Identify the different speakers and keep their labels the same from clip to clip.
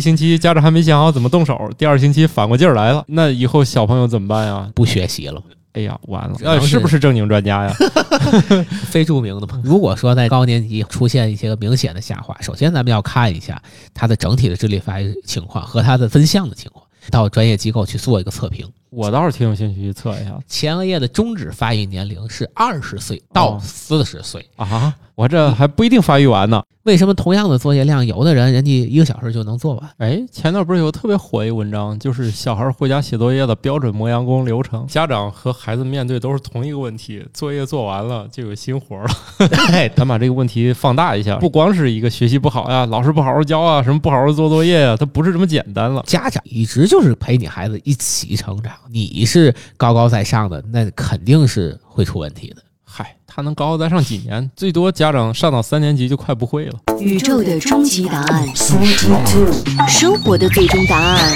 Speaker 1: 一星期家长还没想好怎么动手，第二星期反过劲儿来了，那以后小朋友怎么办呀？
Speaker 2: 不学习了，
Speaker 1: 哎呀，完了，
Speaker 2: 只能
Speaker 1: 呃，
Speaker 2: 是
Speaker 1: 是不是正经专家呀？
Speaker 2: 非著名的嘛。如果说在高年级出现一些明显的下滑，首先咱们要看一下他的整体的智力发育情况和他的分项的情况，到专业机构去做一个测评。
Speaker 1: 我倒是挺有兴趣去测一下
Speaker 2: 前额叶的终止发育年龄是二十岁到四十岁。
Speaker 1: 啊，我这还不一定发育完呢。
Speaker 2: 为什么同样的作业量，有的人人家一个小时就能做完？
Speaker 1: 哎，前段不是有特别火一文章，就是小孩回家写作业的标准磨洋工流程，家长和孩子面对都是同一个问题，作业做完了就有新活了。
Speaker 2: 哎，
Speaker 1: 咱把这个问题放大一下，不光是一个学习不好呀，老师不好好教啊，什么不好好做作业呀、它不是这么简单了。
Speaker 2: 家长一直就是陪你孩子一起成长，你是高高在上的，那肯定是会出问题的。
Speaker 1: 嗨，他能高高在上几年？最多家长上到三年级就快不会了。
Speaker 3: 宇宙的终极答案，生活的最终答案。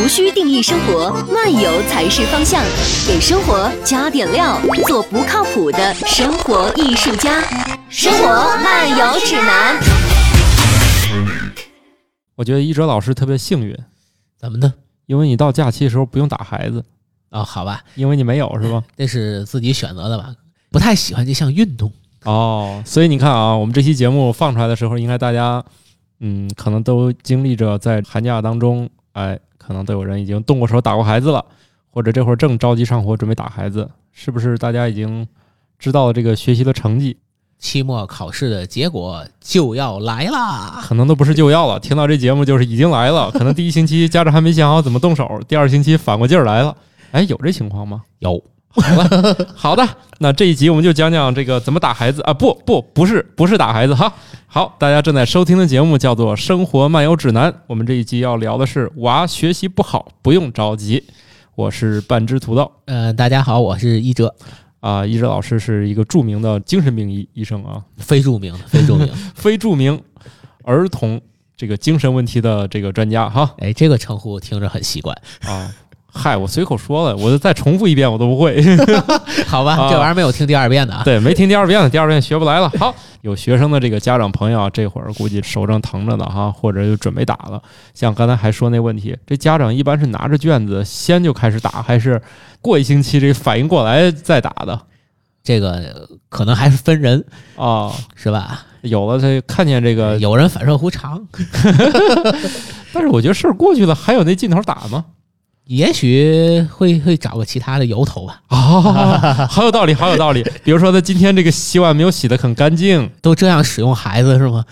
Speaker 3: 无需定义生活，漫游才是方向。给生活加点料，做不靠谱的生活艺术家。生活漫游指南。
Speaker 1: 我觉得一哲老师特别幸运，
Speaker 2: 怎么呢？
Speaker 1: 因为你到假期的时候不用打孩子，
Speaker 2: 啊、好吧，
Speaker 1: 因为你没有是吧？
Speaker 2: 那是自己选择的吧？不太喜欢这项运动。
Speaker 1: 哦，所以你看啊，我们这期节目放出来的时候，应该大家，嗯，可能都经历着在寒假当中，哎，可能都有人已经动过手打过孩子了，或者这会儿正着急上火准备打孩子，是不是？大家已经知道这个学习的成绩，
Speaker 2: 期末考试的结果就要来啦！
Speaker 1: 可能都不是就要了。听到这节目就是已经来了，可能第一星期家长还没想好怎么动手，第二星期反过劲儿来了。哎，有这情况吗？
Speaker 2: 有
Speaker 1: 好的，那这一集我们就讲讲这个怎么打孩子啊？不不，不是不是打孩子哈。好，大家正在收听的节目叫做《生活漫游指南》，我们这一集要聊的是娃学习不好不用着急。我是半只土豆
Speaker 2: 呃，大家好，我是一哲，
Speaker 1: 啊，一哲老师是一个著名的精神病医医生啊，
Speaker 2: 非著名的，非著名。
Speaker 1: 非著名儿童这个精神问题的这个专家哈
Speaker 2: 哎，这个称呼听着很习惯，
Speaker 1: 啊。嗨，我随口说了，我再重复一遍我都不会。
Speaker 2: 好吧？
Speaker 1: 啊
Speaker 2: 这玩意儿没有听第二遍的啊。
Speaker 1: 对，没听第二遍的，第二遍学不来了。好，有学生的这个家长朋友啊，这会儿估计手正疼着呢哈，或者就准备打了。像刚才还说那问题，这家长一般是拿着卷子先就开始打，还是过一星期这反应过来再打的
Speaker 2: 这个可能还是分人，
Speaker 1: 啊？
Speaker 2: 是吧？
Speaker 1: 有了他看见这个，
Speaker 2: 有人反射弧长，
Speaker 1: 但是我觉得事儿过去了，还有那劲头打吗？
Speaker 2: 也许会会找个其他的由头吧。
Speaker 1: 啊，好有道理，好有道理。比如说他今天这个洗碗没有洗得很干净，
Speaker 2: 都这样使用孩子是吗？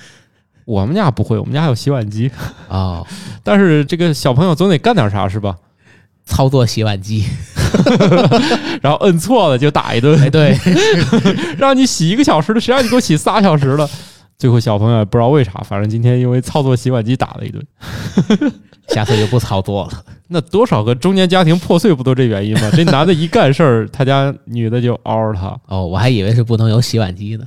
Speaker 1: 我们家不会，我们家有洗碗机，
Speaker 2: 哦，
Speaker 1: 但是这个小朋友总得干点啥是吧？
Speaker 2: 操作洗碗机，
Speaker 1: 然后摁错了就打一顿，
Speaker 2: 哎，对，
Speaker 1: 让你洗一个小时的，谁让你给我洗仨小时了？最后小朋友也不知道为啥，反正今天因为操作洗碗机打了一顿。
Speaker 2: 下次就不操作了。
Speaker 1: 那多少个中年家庭破碎不都这原因 吗？这男的一干事儿，他家女的就嗷着他。
Speaker 2: 哦，我还以为是不能有洗碗机呢。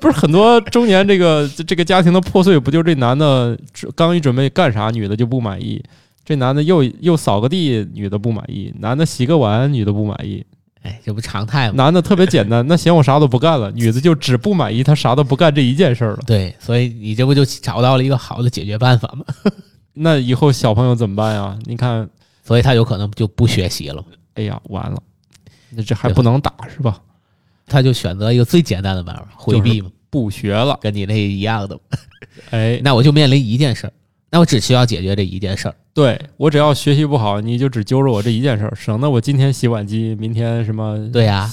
Speaker 1: 不是很多中年这个这这个家庭的破碎，不就这男的刚一准备干啥，女的就不满意。这男的又又扫个地，女的不满意；男的洗个碗，女的不满意；
Speaker 2: 哎，这不常态吗？
Speaker 1: 男的特别简单，那嫌我啥都不 干了；女的就只不满意他啥都不干这一件事儿了。
Speaker 2: 对，所以你这不就找到了一个好的解决办法吗？
Speaker 1: 那以后小朋友怎么办呀？你看
Speaker 2: 所以他有可能就不学习了，
Speaker 1: 哎呀，完了，那这还不能打是 吧？
Speaker 2: 他就选择一个最简单的办法，回避嘛，
Speaker 1: 不学了，
Speaker 2: 跟你那一样的。
Speaker 1: 哎，
Speaker 2: 那我就面临一件事儿，那我只需要解决这一件事儿。
Speaker 1: 对我只要学习不好，你就只揪着我这一件事儿，省得我今天洗碗机，明天什么，
Speaker 2: 对呀、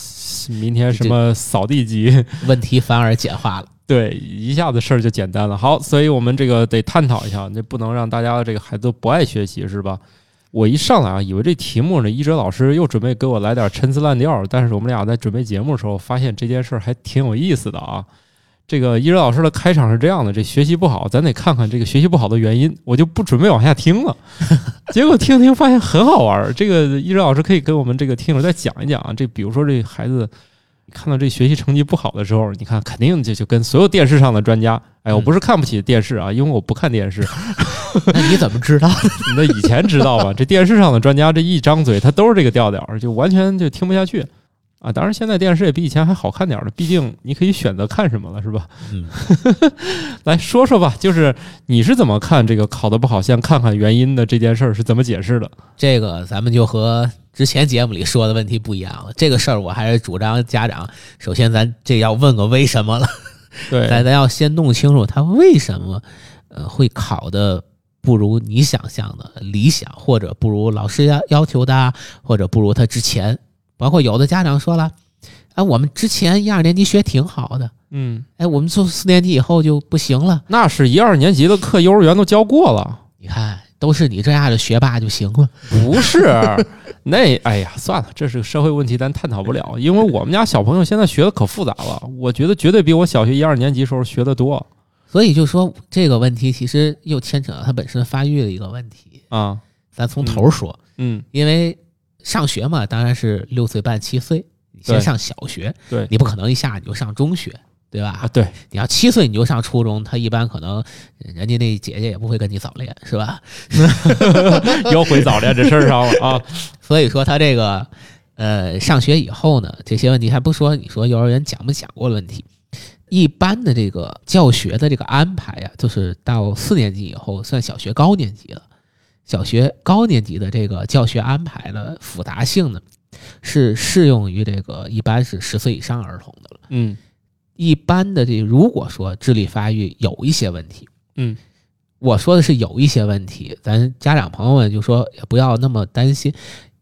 Speaker 1: 明天什么扫地机，
Speaker 2: 问题反而简化了。
Speaker 1: 对，一下子事儿就简单了。好，所以我们这个得探讨一下，那不能让大家这个孩子不爱学习是吧？我一上来啊，以为这题目呢，一哲老师又准备给我来点陈词滥调，但是我们俩在准备节目的时候，发现这件事儿还挺有意思的啊。这个一哲老师的开场是这样的：这学习不好，咱得看看这个学习不好的原因。我就不准备往下听了， 结果听听发现很好玩儿。这个一哲老师可以给我们这个听友再讲一讲啊，这比如说这孩子看到这学习成绩不好的时候，你看肯定就就跟所有电视上的专家，哎，我不是看不起电视啊，因为我不看电视，
Speaker 2: 那你怎么知道？
Speaker 1: 那以前知道吧？这电视上的专家这一张嘴，他都是这个调调儿，就完全就听不下去啊，当然现在电视也比以前还好看点儿了，毕竟你可以选择看什么了，是吧？
Speaker 2: 嗯，
Speaker 1: 来说说吧，就是你是怎么看这个考得不好，先看看原因的这件事儿是怎么解释的？
Speaker 2: 这个咱们就和之前节目里说的问题不一样了。这个事儿我还是主张家长，首先咱这要问个为什么了，
Speaker 1: 对，
Speaker 2: 咱咱要先弄清楚他为什么呃会考的不如你想象的理想，或者不如老师要要求的啊，或者不如他之前。包括有的家长说了，哎，我们之前一二年级学挺好的，
Speaker 1: 嗯，
Speaker 2: 哎，我们从四年级以后就不行了。
Speaker 1: 那是一二年级的课，幼儿园都教过了，
Speaker 2: 你看，都是你这样的学霸就行了。
Speaker 1: 不是？那哎呀，算了，这是个社会问题，咱探讨不了，因为我们家小朋友现在学的可复杂了，我觉得绝对比我小学一二年级时候学的多
Speaker 2: 所以就说这个问题其实又牵扯到他本身发育的一个问题。
Speaker 1: 啊，
Speaker 2: 咱从头说，
Speaker 1: 嗯，
Speaker 2: 因为上学嘛，当然是六岁半七岁，你先
Speaker 1: 对
Speaker 2: 上小学，
Speaker 1: 对
Speaker 2: 你不可能一下你就上中学，对
Speaker 1: 啊，
Speaker 2: 吧？
Speaker 1: 对，
Speaker 2: 你要七岁你就上初中，他一般可能人家那姐姐也不会跟你早恋，是吧？
Speaker 1: 又回早恋这事儿上了啊，
Speaker 2: 所以说他这个呃上学以后呢，这些问题还不说，你说幼儿园讲没讲过的问题，一般的这个教学的这个安排呀、就是到四年级以后算小学高年级了。小学高年级的这个教学安排的复杂性呢，是适用于这个一般是十岁以上儿童的了。
Speaker 1: 嗯
Speaker 2: 一般的这如果说智力发育有一些问题，
Speaker 1: 嗯，
Speaker 2: 我说的是有一些问题，咱家长朋友们就说也不要那么担心，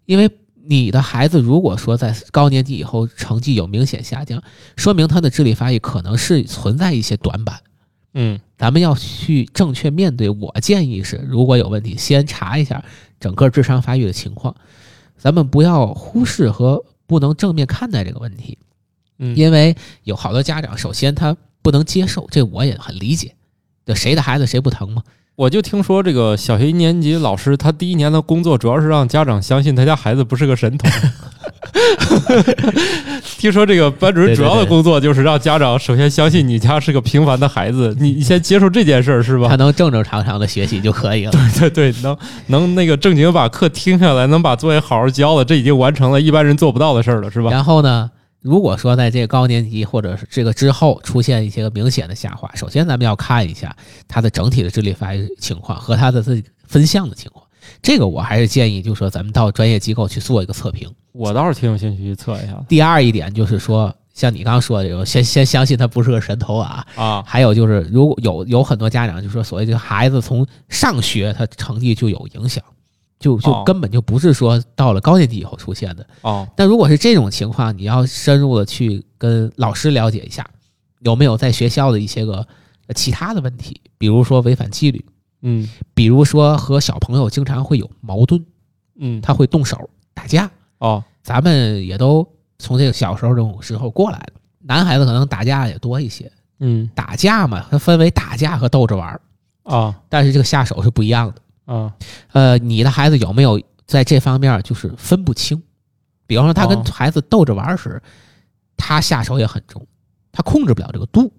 Speaker 2: 因为你的孩子如果说在高年级以后成绩有明显下降，说明他的智力发育可能是存在一些短板。
Speaker 1: 嗯，
Speaker 2: 咱们要去正确面对。我建议是，如果有问题，先查一下整个智商发育的情况，咱们不要忽视和不能正面看待这个问题。
Speaker 1: 嗯
Speaker 2: 因为有好多家长，首先他不能接受，这我也很理解。对，谁的孩子谁不疼嘛？
Speaker 1: 我就听说这个小学一年级老师，他第一年的工作主要是让家长相信他家孩子不是个神童。 听说这个班主任主要的工作就是让家长首先相信你家是个平凡的孩子，你你先接受这件事儿是
Speaker 2: 他
Speaker 1: 吧？
Speaker 2: 能正正常常的学习就可以了。
Speaker 1: 对对，能能那个正经把课听下来，能把作业好好交了，这已经完成了一般人做不到的事儿了，是吧？
Speaker 2: 然后呢，如果说在这个高年级或者是这个之后出现一些个明显的下滑，首先咱们要看一下他的整体的智力发育情况和他的自己分项的情况。这个我还是建议，就是说咱们到专业机构去做一个测评。
Speaker 1: 我倒是挺有兴趣去测一下的
Speaker 2: 第二一点就是说，像你刚刚说的这种，先先相信他不是个神童啊。
Speaker 1: 啊，
Speaker 2: 还有就是，如果有有很多家长就说，所谓这个孩子从上学他成绩就有影响，就就
Speaker 1: 哦
Speaker 2: 根本就不是说到了高年级以后出现的。
Speaker 1: 哦，
Speaker 2: 但如果是这种情况，你要深入的去跟老师了解一下，有没有在学校的一些个呃其他的问题，比如说违反纪律，
Speaker 1: 嗯
Speaker 2: 比如说和小朋友经常会有矛盾，
Speaker 1: 嗯，
Speaker 2: 他会动手打架。
Speaker 1: 哦，
Speaker 2: 咱们也都从这个小时候这种时候过来的，男孩子可能打架也多一些，
Speaker 1: 嗯
Speaker 2: 打架嘛，它分为打架和逗着玩儿，
Speaker 1: 啊
Speaker 2: 但是这个下手是不一样的。
Speaker 1: 啊，
Speaker 2: 呃，你的孩子有没有在这方面就是分不清？比方说，他跟
Speaker 1: 哦
Speaker 2: 孩子逗着玩儿时，他下手也很重，他控制不了这个度。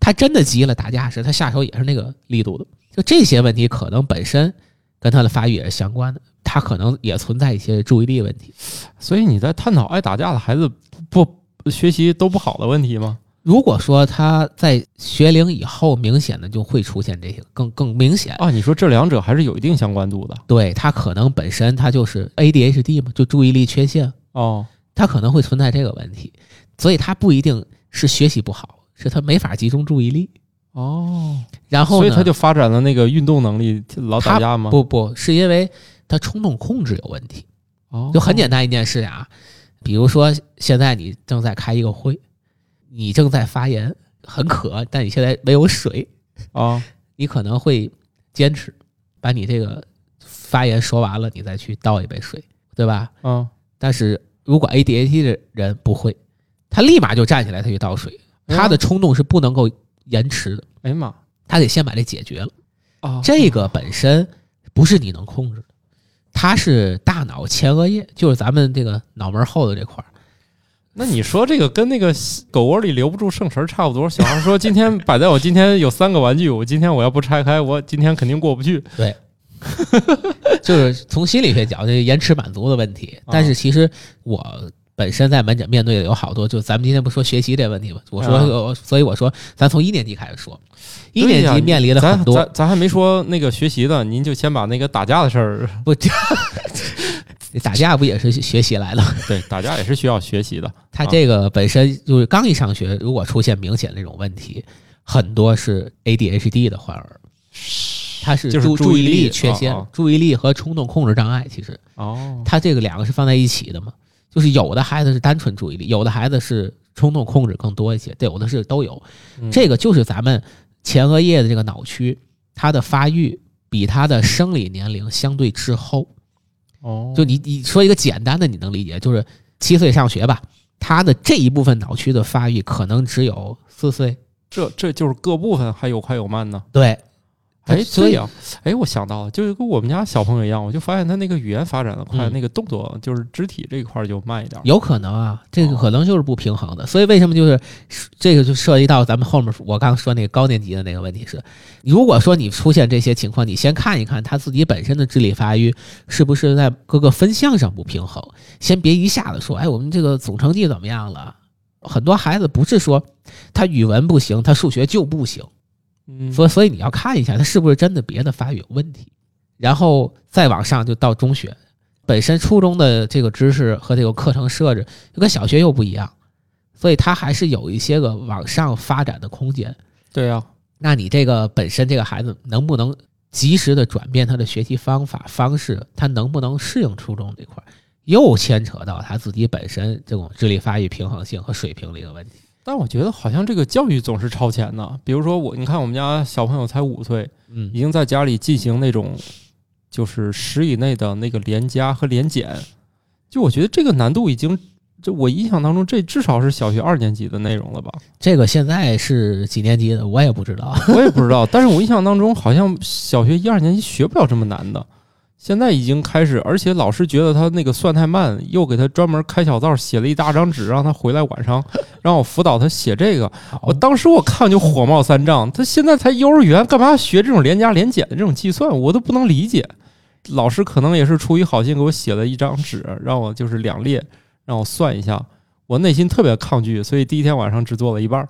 Speaker 2: 他真的急了打架时，他下手也是那个力度的。就这些问题，可能本身跟他的发育也是相关的，他可能也存在一些注意力问题。
Speaker 1: 所以你在探讨爱打架的孩子不不学习都不好的问题吗？
Speaker 2: 如果说他在学龄以后，明显的就会出现这些更更明显。
Speaker 1: 啊，你说这两者还是有一定相关度的
Speaker 2: 对他可能本身他就是 ADHD 嘛，就注意力缺陷，
Speaker 1: 哦。
Speaker 2: 他可能会存在这个问题，所以他不一定是学习不好，是他没法集中注意力。
Speaker 1: 哦，
Speaker 2: 然后
Speaker 1: 所
Speaker 2: 呢，
Speaker 1: 以他就发展了那个运动能力，老打架吗？
Speaker 2: 不不是因为他冲动控制有问题，
Speaker 1: 哦，
Speaker 2: 就很简单一件事啊，比如说现在你正在开一个会，你正在发言，很渴，但你现在没有水，
Speaker 1: 啊
Speaker 2: 你可能会坚持把你这个发言说完了，你再去倒一杯水，对吧？
Speaker 1: 啊！
Speaker 2: 但是如果 ADHD 的人不会，他立马就站起来，他去倒水，
Speaker 1: 哦
Speaker 2: 他的冲动是不能够延迟的，
Speaker 1: 哎呀妈
Speaker 2: 他得先把这解决了。
Speaker 1: 啊，
Speaker 2: 这个本身不是你能控制的，它是大脑前额叶，就是咱们这个脑门后的这块儿。
Speaker 1: 那你说这个跟那个狗窝里留不住剩食儿差不多。小孩说今天摆在我今天有三个玩具，我今天我要不拆开，我今天肯定过不 去。
Speaker 2: 对，
Speaker 1: 哦
Speaker 2: 就是从心理学讲，这延迟满足的问题。但是其实我本身在门诊面对的有好多，就咱们今天不说学习这问题吧，我说，
Speaker 1: 啊
Speaker 2: 呃所以我说，咱从一年级开始说，一
Speaker 1: 对
Speaker 2: 年
Speaker 1: 呀
Speaker 2: 级面临了
Speaker 1: 咱
Speaker 2: 很多
Speaker 1: 咱咱还没说那个学习的，您就先把那个打架的事儿，
Speaker 2: 不， 这打架不也是学习来的？
Speaker 1: 对，打架也是需要学习的。啊
Speaker 2: 他这个本身就是刚一上学，如果出现明显这种问题，很多是 ADHD 的患儿，他是
Speaker 1: 就是
Speaker 2: 注
Speaker 1: 注意
Speaker 2: 意
Speaker 1: 力
Speaker 2: 力缺
Speaker 1: 啊
Speaker 2: 陷、
Speaker 1: 啊
Speaker 2: 注意力和冲动控制障碍。其实
Speaker 1: 哦，
Speaker 2: 他这个两个是放在一起的嘛，就是有的孩子是单纯注意力，有的孩子是冲动控制更多一些，对，有的是都有。
Speaker 1: 嗯
Speaker 2: 这个就是咱们前额叶的这个脑区，它的发育比它的生理年龄相对滞后。
Speaker 1: 哦，
Speaker 2: 就你你说一个简单的，你能理解，就是七岁上学吧，他的这一部分脑区的发育可能只有四岁。
Speaker 1: 这这就是各部分还有快有慢呢。
Speaker 2: 对，
Speaker 1: 哎，
Speaker 2: 所
Speaker 1: 这
Speaker 2: 以
Speaker 1: 样，哎，我想到了，就跟我们家小朋友一样，我就发现他那个语言发展的快，
Speaker 2: 嗯
Speaker 1: 那个动作就是肢体这一块儿就慢一点儿。
Speaker 2: 有可能啊，这个
Speaker 1: 哦
Speaker 2: 可能就是不平衡的。所以为什么就是这个就涉及到咱们后面我刚说那个高年级的那个问题是，如果说你出现这些情况，你先看一看他自己本身的智力发育是不是在各个分项上不平衡，先别一下子说，哎，我们这个总成绩怎么样了？很多孩子不是说他语文不行，他数学就不行。
Speaker 1: 嗯，
Speaker 2: 所以所以你要看一下他是不是真的别的发育有问题，然后再往上就到中学，本身初中的这个知识和这个课程设置就跟小学又不一样，所以它还是有一些个往上发展的空间。
Speaker 1: 对呀、
Speaker 2: 那你这个本身这个孩子能不能及时的转变他的学习方法方式，他能不能适应初中这块儿，又牵扯到他自己本身这种智力发育平衡性和水平的一个问题。
Speaker 1: 但我觉得好像这个教育总是超前的。比如说我，你看我们家小朋友才五岁，
Speaker 2: 嗯
Speaker 1: 已经在家里进行那种就是十以内的那个连加和连减，就我觉得这个难度已经，就我印象当中，这至少是小学二年级的内容了吧？
Speaker 2: 这个现在是几年级的我也不知道。
Speaker 1: 我也不知道，但是我印象当中好像小学一二年级学不了这么难的，现在已经开始，而且老师觉得他那个算太慢，又给他专门开小灶写了一大张纸，让他回来晚上让我辅导他写这个。我当时我看就火冒三丈，他现在才幼儿园，干嘛学这种连加连减的这种计算，我都不能理解。老师可能也是出于好心给我写了一张纸，让我就是两列，让我算一下。我内心特别抗拒，所以第一天晚上只做了一半 儿。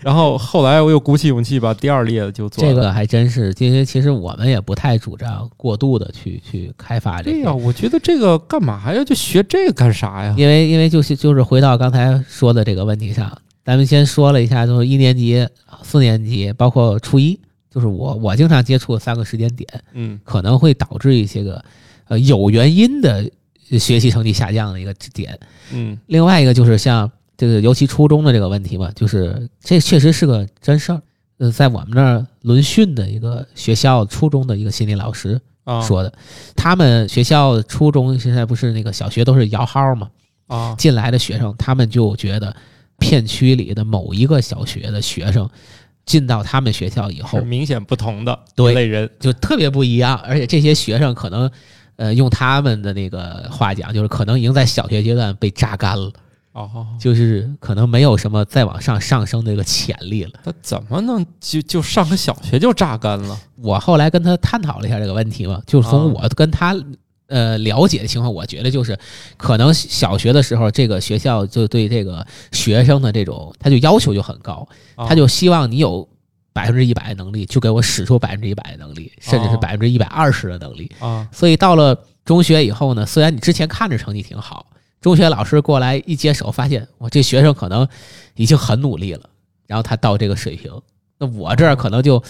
Speaker 1: 然后后来我又鼓起勇气把第二列就做了。
Speaker 2: 这个还真是，因为其实我们也不太主张过度的去去开发这
Speaker 1: 对呀、
Speaker 2: 个，
Speaker 1: 我觉得这个干嘛呀？就学这个干啥呀？
Speaker 2: 因为因为就是就是回到刚才说的这个问题上，咱们先说了一下，就是一年级、四年级，包括初一，就是我我经常接触的三个时间点，
Speaker 1: 嗯
Speaker 2: 可能会导致一些个呃有原因的学习成绩下降的一个点。
Speaker 1: 嗯，
Speaker 2: 另外一个就是像这个，尤其初中的这个问题嘛，就是这确实是个真事儿。呃，在我们那儿轮训的一个学校初中的一个心理老师，
Speaker 1: 啊
Speaker 2: 说的。他们学校初中现在不是那个小学都是摇号嘛，
Speaker 1: 啊，
Speaker 2: 进来的学生他们就觉得片区里的某一个小学的学生进到他们学校以后
Speaker 1: 是明显不同的
Speaker 2: 对
Speaker 1: 一类人。
Speaker 2: 就特别不一样，而且这些学生可能。呃，用他们的那个话讲，就是可能已经在小学阶段被榨干了，
Speaker 1: 哦，
Speaker 2: 就是可能没有什么再往上上升的一个潜力了。
Speaker 1: 他怎么能就就上个小学就榨干了？
Speaker 2: 我后来跟他探讨了一下这个问题嘛，就是
Speaker 1: 啊
Speaker 2: 从我跟他呃了解的情况，我觉得就是可能小学的时候，这个学校就对这个学生的这种，他就要求就很高，
Speaker 1: 啊
Speaker 2: 他就希望你有。百分之一百的能力，就给我使出百分之一百的能力，甚至是
Speaker 1: 哦
Speaker 2: 百分之一百二十的能力。
Speaker 1: 啊，
Speaker 2: 所以到了中学以后呢，虽然你之前看着成绩挺好，中学老师过来一接手，发现我这学生可能已经很努力了，然后他到这个水平，那我这儿可能就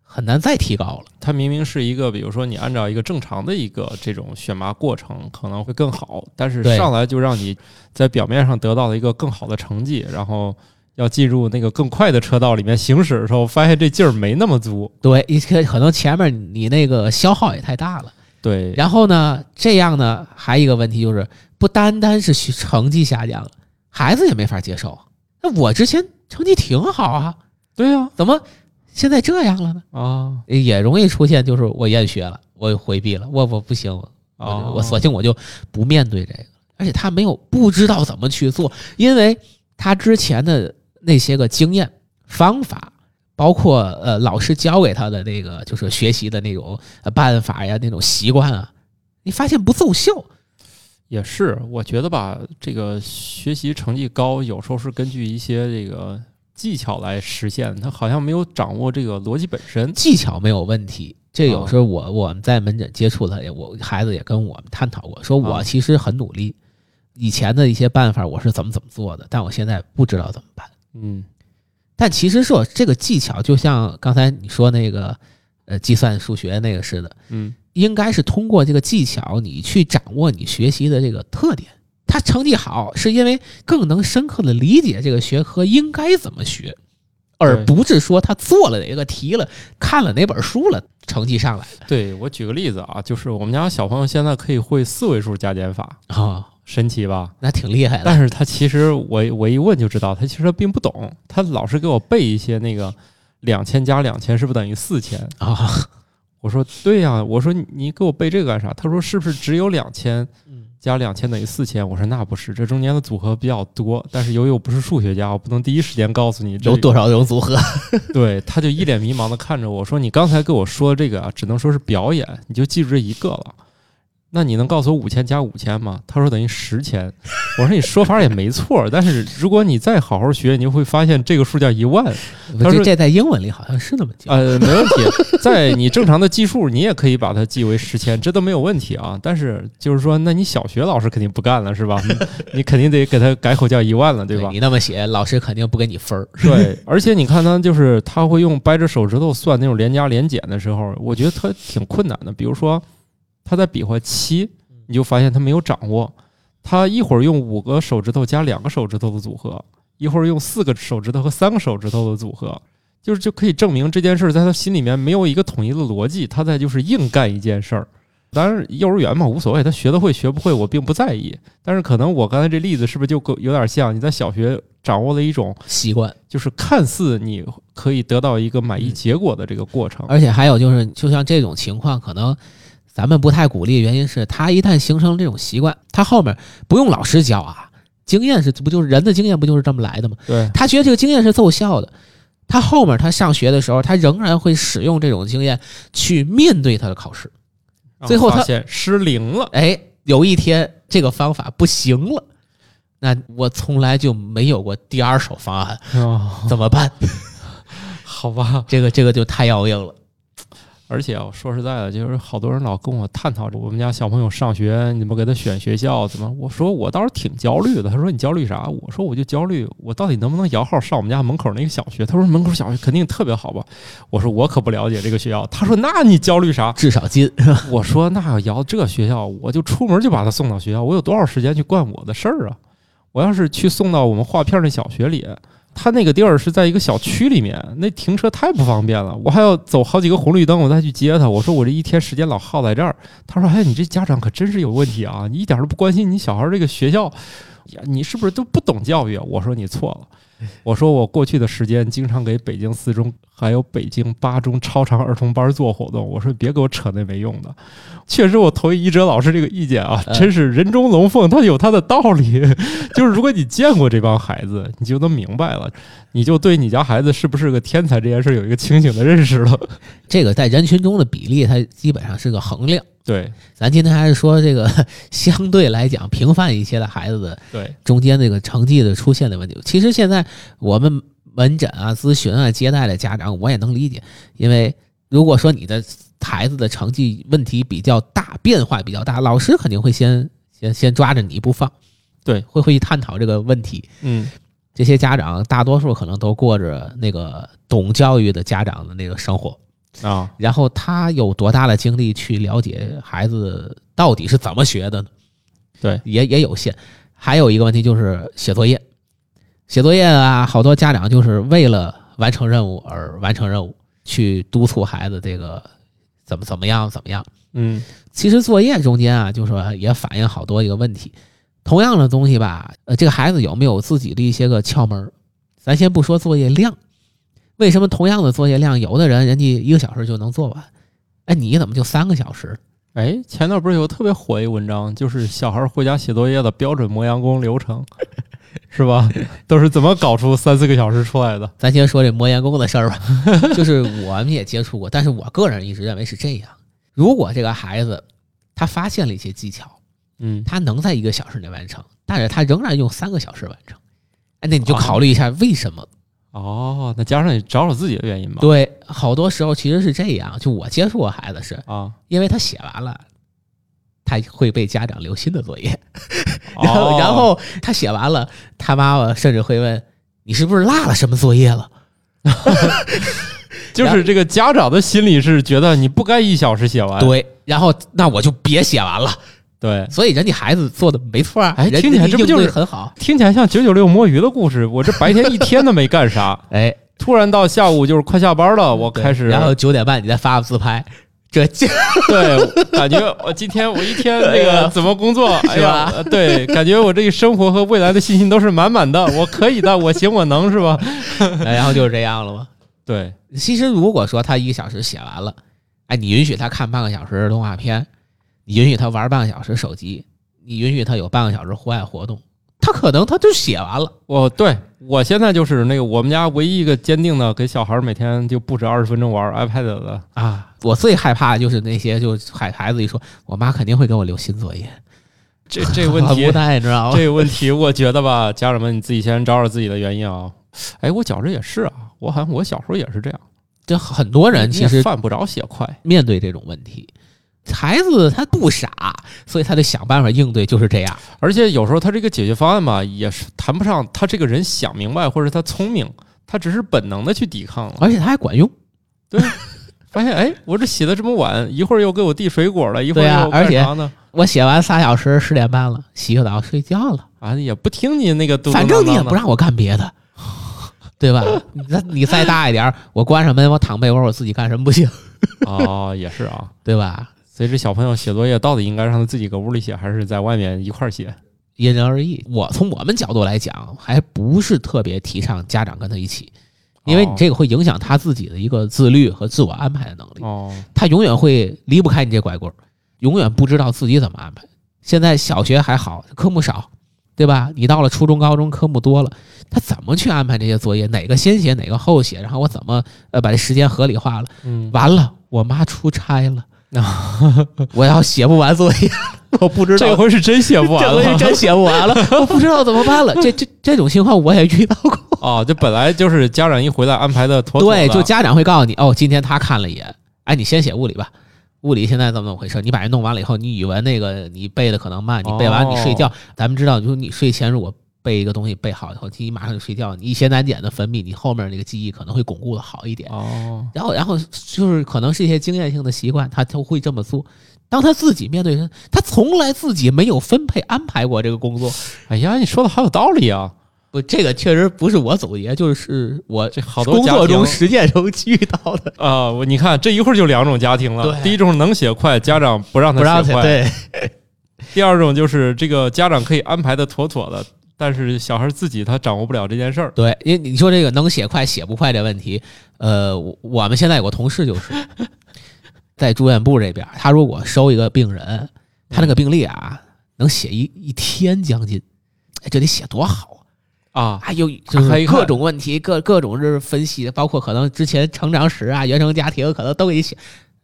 Speaker 2: 很难再提高了。
Speaker 1: 它明明是一个，比如说你按照一个正常的一个这种选拔过程可能会更好，但是
Speaker 2: 对
Speaker 1: 上来就让你在表面上得到了一个更好的成绩，然后要进入那个更快的车道里面行驶的时候，发现这劲儿没那么足。
Speaker 2: 对，一些可能前面你那个消耗也太大了。
Speaker 1: 对，
Speaker 2: 然后呢，这样呢，还有一个问题就是，不单单是学成绩下降了，孩子也没法接受。啊那我之前成绩挺好啊，
Speaker 1: 对呀、
Speaker 2: 怎么现在这样了呢？
Speaker 1: 啊，
Speaker 2: 也容易出现就是我厌学了，我回避了，我我不行，我
Speaker 1: 哦
Speaker 2: 我索性我就不面对这个。而且他没有不知道怎么去做，因为他之前的那些个经验方法，包括呃老师教给他的那个就是学习的那种呃办法呀、那种习惯啊，你发现不奏效，
Speaker 1: 也是，我觉得吧，这个学习成绩高，有时候是根据一些这个技巧来实现，他好像没有掌握这个逻辑本身。
Speaker 2: 技巧没有问题。这有时候我我们在门诊接触的，也我孩子也跟我们探讨过，说我
Speaker 1: 啊
Speaker 2: 其实很努力，以前的一些办法我是怎么怎么做的，但我现在不知道怎么办。
Speaker 1: 嗯
Speaker 2: 但其实说这个技巧，就像刚才你说那个呃计算数学那个似的，
Speaker 1: 嗯，
Speaker 2: 应该是通过这个技巧，你去掌握你学习的这个特点。他成绩好，是因为更能深刻的理解这个学科应该怎么学，而
Speaker 1: 对
Speaker 2: 不是说他做了哪个题了，看了哪本书了，成绩上来
Speaker 1: 对我举个例子啊，就是我们家小朋友现在可以会四位数加减法，
Speaker 2: 啊、
Speaker 1: 神奇吧？
Speaker 2: 那挺厉害的。
Speaker 1: 但是他其实我我一问就知道，他其实并不懂，他老是给我背一些那个两千加两千是不是等于四千？
Speaker 2: 啊、
Speaker 1: 我说对呀、我说你你给我背这个干啥？他说是不是只有两千
Speaker 2: 嗯
Speaker 1: 加两千等于四千？我说那不是，这中间的组合比较多，但是由于我不是数学家，我不能第一时间告诉你这
Speaker 2: 有多少种组合？
Speaker 1: 对，他就一脸迷茫的看着我说：“你刚才跟我说这个啊，只能说是表演，你就记住这一个了。那你能告诉我五千加五千吗？”他说等于十千。我说你说法也没错，但是如果你再好好学，你就会发现这个数叫一万。他
Speaker 2: 这
Speaker 1: 说
Speaker 2: 这在英文里好像是那么讲。
Speaker 1: 呃，没问题，在你正常的计数，你也可以把它记为十千，这都没有问题啊。但是就是说，那你小学老师肯定不干了，是吧？ 你肯定得给他改口叫一万了，对吧？
Speaker 2: 你那么写，老师肯定不给你分儿。
Speaker 1: 对，而且你看他就是他会用掰着手指头算那种连加连减的时候，我觉得他挺困难的。比如说他在比划七，你就发现他没有掌握。他一会儿用五个手指头加两个手指头的组合，一会儿用四个手指头和三个手指头的组合，就是就可以证明这件事儿在他心里面没有一个统一的逻辑，他在就是硬干一件事儿。当然，幼儿园嘛无所谓，他学得会学不会我并不在意。但是可能我刚才这例子是不是就有点像你在小学掌握了一种
Speaker 2: 习惯，
Speaker 1: 就是看似你可以得到一个满意结果的这个过程。
Speaker 2: 而且还有就是，就像这种情况，可能咱们不太鼓励，原因是他一旦形成这种习惯，他后面不用老师教啊，经验是不就是人的经验不就是这么来的吗？
Speaker 1: 对，
Speaker 2: 他觉得这个经验是奏效的，他后面他上学的时候，他仍然会使用这种经验去面对他的考试。最后他
Speaker 1: 发现失灵了。
Speaker 2: 哎，有一天这个方法不行了，那我从来就没有过第二手方案，
Speaker 1: 哦，
Speaker 2: 怎么办？
Speaker 1: 好吧。
Speaker 2: 这个这个就太要硬了。
Speaker 1: 而且啊，说实在的，就是好多人老跟我探讨我们家小朋友上学，你怎么给他选学校？怎么？我说我倒是挺焦虑的。他说你焦虑啥？我说我就焦虑，我到底能不能摇号上我们家门口那个小学？他说门口小学肯定特别好吧？我说我可不了解这个学校。他说那你焦虑啥？
Speaker 2: 至少金是吧？
Speaker 1: 我说那要摇这学校，我就出门就把他送到学校，我有多少时间去干我的事儿啊？我要是去送到我们划片那小学里，他那个地儿是在一个小区里面，那停车太不方便了，我还要走好几个红绿灯，我再去接他。我说我这一天时间老耗在这儿，他说：“哎，你这家长可真是有问题啊，你一点都不关心你小孩这个学校，呀，你是不是都不懂教育啊？”我说：“你错了。”我说我过去的时间经常给北京四中还有北京八中超常儿童班做活动。我说别给我扯那没用的。确实，我同意一哲老师这个意见啊，
Speaker 2: 嗯
Speaker 1: 真是人中龙凤，他有他的道理。 就是如果你见过这帮孩子，你就能明白了，你就对你家孩子是不是个天才这件事有一个清醒的认识 了。
Speaker 2: 这个在人群中的比例，它基本上是个衡量。
Speaker 1: 对
Speaker 2: 咱今天还是说这个 相对来讲平凡一些的孩子的
Speaker 1: 对，
Speaker 2: 中间这个成绩的出现的问题。其实现在我们门诊啊、咨询啊、接待的家长，我也能理解，因为如果说你的孩子的成绩问题比较大、变化比较大，老师肯定会先先先抓着你不放，
Speaker 1: 对
Speaker 2: 会会去探讨这个问题。
Speaker 1: 嗯，
Speaker 2: 这些家长大多数可能都过着那个懂教育的家长的那个生活，
Speaker 1: 啊，
Speaker 2: 然后他有多大的精力去了解孩子到底是怎么学的呢？
Speaker 1: 对，
Speaker 2: 也也有限。还有一个问题就是写作业，写作业啊，好多家长就是为了完成任务而完成任务，去督促孩子这个怎么怎么样怎么样。
Speaker 1: 嗯
Speaker 2: 其实作业中间啊，就是说也反映好多一个问题。同样的东西吧，呃，这个孩子有没有自己的一些个窍门儿？咱先不说作业量，为什么同样的作业量，有的人人家一个小时就能做完，哎，你怎么就三个小时？
Speaker 1: 哎，前段不是有个特别火一文章，就是小孩回家写作业的标准磨洋工流 程，是吧？都是怎么搞出三四个小时出来的？
Speaker 2: 咱先说这磨洋工的事儿吧， 就是我们也接触过，但是我个人一直认为是这样：如果这个孩子他发现了一些技巧，
Speaker 1: 嗯，
Speaker 2: 他能在一个小时内完成，但是他仍然用三个小时完成。哎，那你就考虑一下为什么？
Speaker 1: 哦，那加上你找找自己的原因吧。
Speaker 2: 对，好多时候其实是这样。就我接触过孩子是，
Speaker 1: 啊，
Speaker 2: 因为他写完了，他会被家长留新的作业，然后、
Speaker 1: 哦
Speaker 2: 然后他写完了，他妈妈甚至会问你是不是落了什么作业了？
Speaker 1: 就是这个家长的心里是觉得你不该一小时写完。
Speaker 2: 对，然后那我就别写完了。
Speaker 1: 对，
Speaker 2: 所以人家孩子做的没错啊，
Speaker 1: 哎
Speaker 2: 人
Speaker 1: 听起来
Speaker 2: 人家
Speaker 1: 这不就是
Speaker 2: 应对很好？
Speaker 1: 听起来像九九六摸鱼的故事。我这白天一天都没干 啥，
Speaker 2: 哎，
Speaker 1: 突然到下午就是快下班了，我
Speaker 2: 对
Speaker 1: 开始
Speaker 2: 然后九点半你再发个自拍，这 这
Speaker 1: 对，感觉我今天我一天那
Speaker 2: 哎
Speaker 1: 个
Speaker 2: 呀
Speaker 1: 怎么工作，哎
Speaker 2: 是
Speaker 1: 呀
Speaker 2: 吧，
Speaker 1: 呃对，感觉我这个生活和未来的信心都是满 满的，我可以的，我行我能是吧？
Speaker 2: 哎然后就是这样了嘛。
Speaker 1: 对，
Speaker 2: 其实如果说他一个小时写完了，哎，你允许他看半个小时的动画片，你允许他玩半个小时手机，你允许他有半个小时户外活动，他可能他就写完了。
Speaker 1: 我对我现在就是那个我们家唯一一个坚定的给小孩每天就不止二十分钟玩 iPad 的，
Speaker 2: 啊，我最害怕的就是那些，就孩孩子一说，我妈肯定会给我留新作业，
Speaker 1: 这这个问
Speaker 2: 很
Speaker 1: 题
Speaker 2: 无，奈，你知道吗？
Speaker 1: 这个问题，我觉得吧， 家长们你自己先找找自己的原因啊。哎，我觉着也是啊，我好像我小时候也是这样，
Speaker 2: 这很多人
Speaker 1: 你
Speaker 2: 其
Speaker 1: 也
Speaker 2: 实
Speaker 1: 犯不着写快，
Speaker 2: 面对这种问题，孩子他不傻，所以他得想办法应对，就是这样。
Speaker 1: 而且有时候他这个解决方案吧，也是谈不上他这个人想明白或者他聪明，他只是本能的去抵抗了。
Speaker 2: 而且他还管用，
Speaker 1: 发现哎，我这写的这么晚，一会儿又给我递水果了，一会儿
Speaker 2: 对啊
Speaker 1: 又干啥呢？
Speaker 2: 我写完仨小时，十点半了，洗个澡睡觉了，
Speaker 1: 啊，也不听你那个嘟嘟囔
Speaker 2: 反
Speaker 1: 囔的，
Speaker 2: 正你也不让我干别的，对吧？ 你再你再大一点儿，我关上门，我躺被窝，我自己干什么不行，
Speaker 1: 哦，也是啊。
Speaker 2: 对吧？
Speaker 1: 所以这小朋友写作业到底应该让他自己搁屋里写，还是在外面一块儿写？
Speaker 2: 因人而异。我从我们角度来讲，还不是特别提倡家长跟他一起，因为
Speaker 1: 哦
Speaker 2: 你这个会影响他自己的一个自律和自我安排的能力。
Speaker 1: 哦，
Speaker 2: 他永远会离不开你这拐棍儿，永远不知道自己怎么安排。现在小学还好，科目少，对吧？你到了初中、高中，科目多了，他怎么去安排这些作业？哪个先写，哪个后写？然后我怎么呃把这时间合理化了？
Speaker 1: 嗯，
Speaker 2: 完了，我妈出差了，
Speaker 1: 啊
Speaker 2: 我要写不完作业，我不知道
Speaker 1: 这回是真写不 完
Speaker 2: 这
Speaker 1: 了
Speaker 2: 回是真写 不完了，我不知道怎么办了。这这这种情况我也遇到 过。
Speaker 1: 哦，这本来就是家长一回来安排的妥妥的，
Speaker 2: 对，就家长会告诉你，哦，今天他看了一眼，哎，你先写物理吧，物理现在怎么怎么回事？你把人弄完了以后，你语文那个你背的可能慢，你背完
Speaker 1: 哦
Speaker 2: 你睡觉，咱们知道，就是你睡前如果背一个东西背好以后，你马上就睡觉，你一些难点的分泌，你后面那个记忆可能会巩固的好一点。
Speaker 1: 哦，
Speaker 2: 然后，然后就是可能是一些经验性的习惯，他就会这么做。当他自己面对人，他从来自己没有分配安排过这个工作，
Speaker 1: 哎呀，你说的好有道理啊！
Speaker 2: 不，这个确实不是我总结，就是我
Speaker 1: 这好多
Speaker 2: 工作
Speaker 1: 家庭
Speaker 2: 中实践中遇到的，
Speaker 1: 啊、我你看这一会儿就两种家庭了，
Speaker 2: 对
Speaker 1: 第一种能写快，家长不让
Speaker 2: 不
Speaker 1: 他
Speaker 2: 让
Speaker 1: 写
Speaker 2: 他
Speaker 1: 快；
Speaker 2: 对
Speaker 1: 第二种就是这个家长可以安排的妥妥的，但是小孩自己他掌握不了这件事儿。
Speaker 2: 对，因为你说这个能写快写不快这问题，呃，我我们现在有个同事就是在住院部这边，他如果收一个病人，他那个病历啊，能写一一天将近，哎，这得写多好啊！
Speaker 1: 啊，
Speaker 2: 还有
Speaker 1: 打
Speaker 2: 就
Speaker 1: 开
Speaker 2: 是
Speaker 1: 一看
Speaker 2: 各种问题，各各种就是分析，包括可能之前成长史啊、原生家庭，可能都给你写，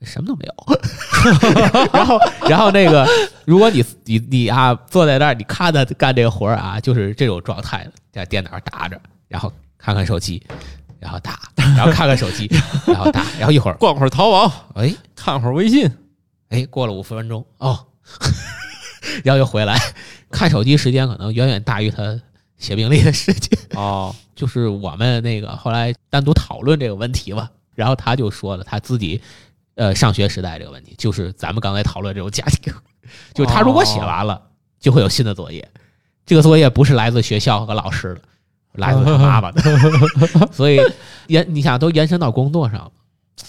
Speaker 2: 什么都没有。 然后，然后那个，如果你你你啊坐在那儿，你看他干这个活儿啊，就是这种状态，在电脑上打着，然后看看手机，然后打，然后看看手机，然后打，然后一会儿，
Speaker 1: 逛会儿淘宝，
Speaker 2: 哎
Speaker 1: 看会儿微信，
Speaker 2: 哎，过了五分钟哦， 然后又回来，看手机时间可能远远大于他写病历的时间。
Speaker 1: 哦，
Speaker 2: 就是我们那个后来单独讨论这个问题嘛，然后他就说了他自己，呃，上学时代这个问题，就是咱们刚才讨论这种家庭， 就他如果写完了，就会有新的作业，这个作业不是来自学校和老师的，来自他妈妈 的，所以延你想都延伸到工作上，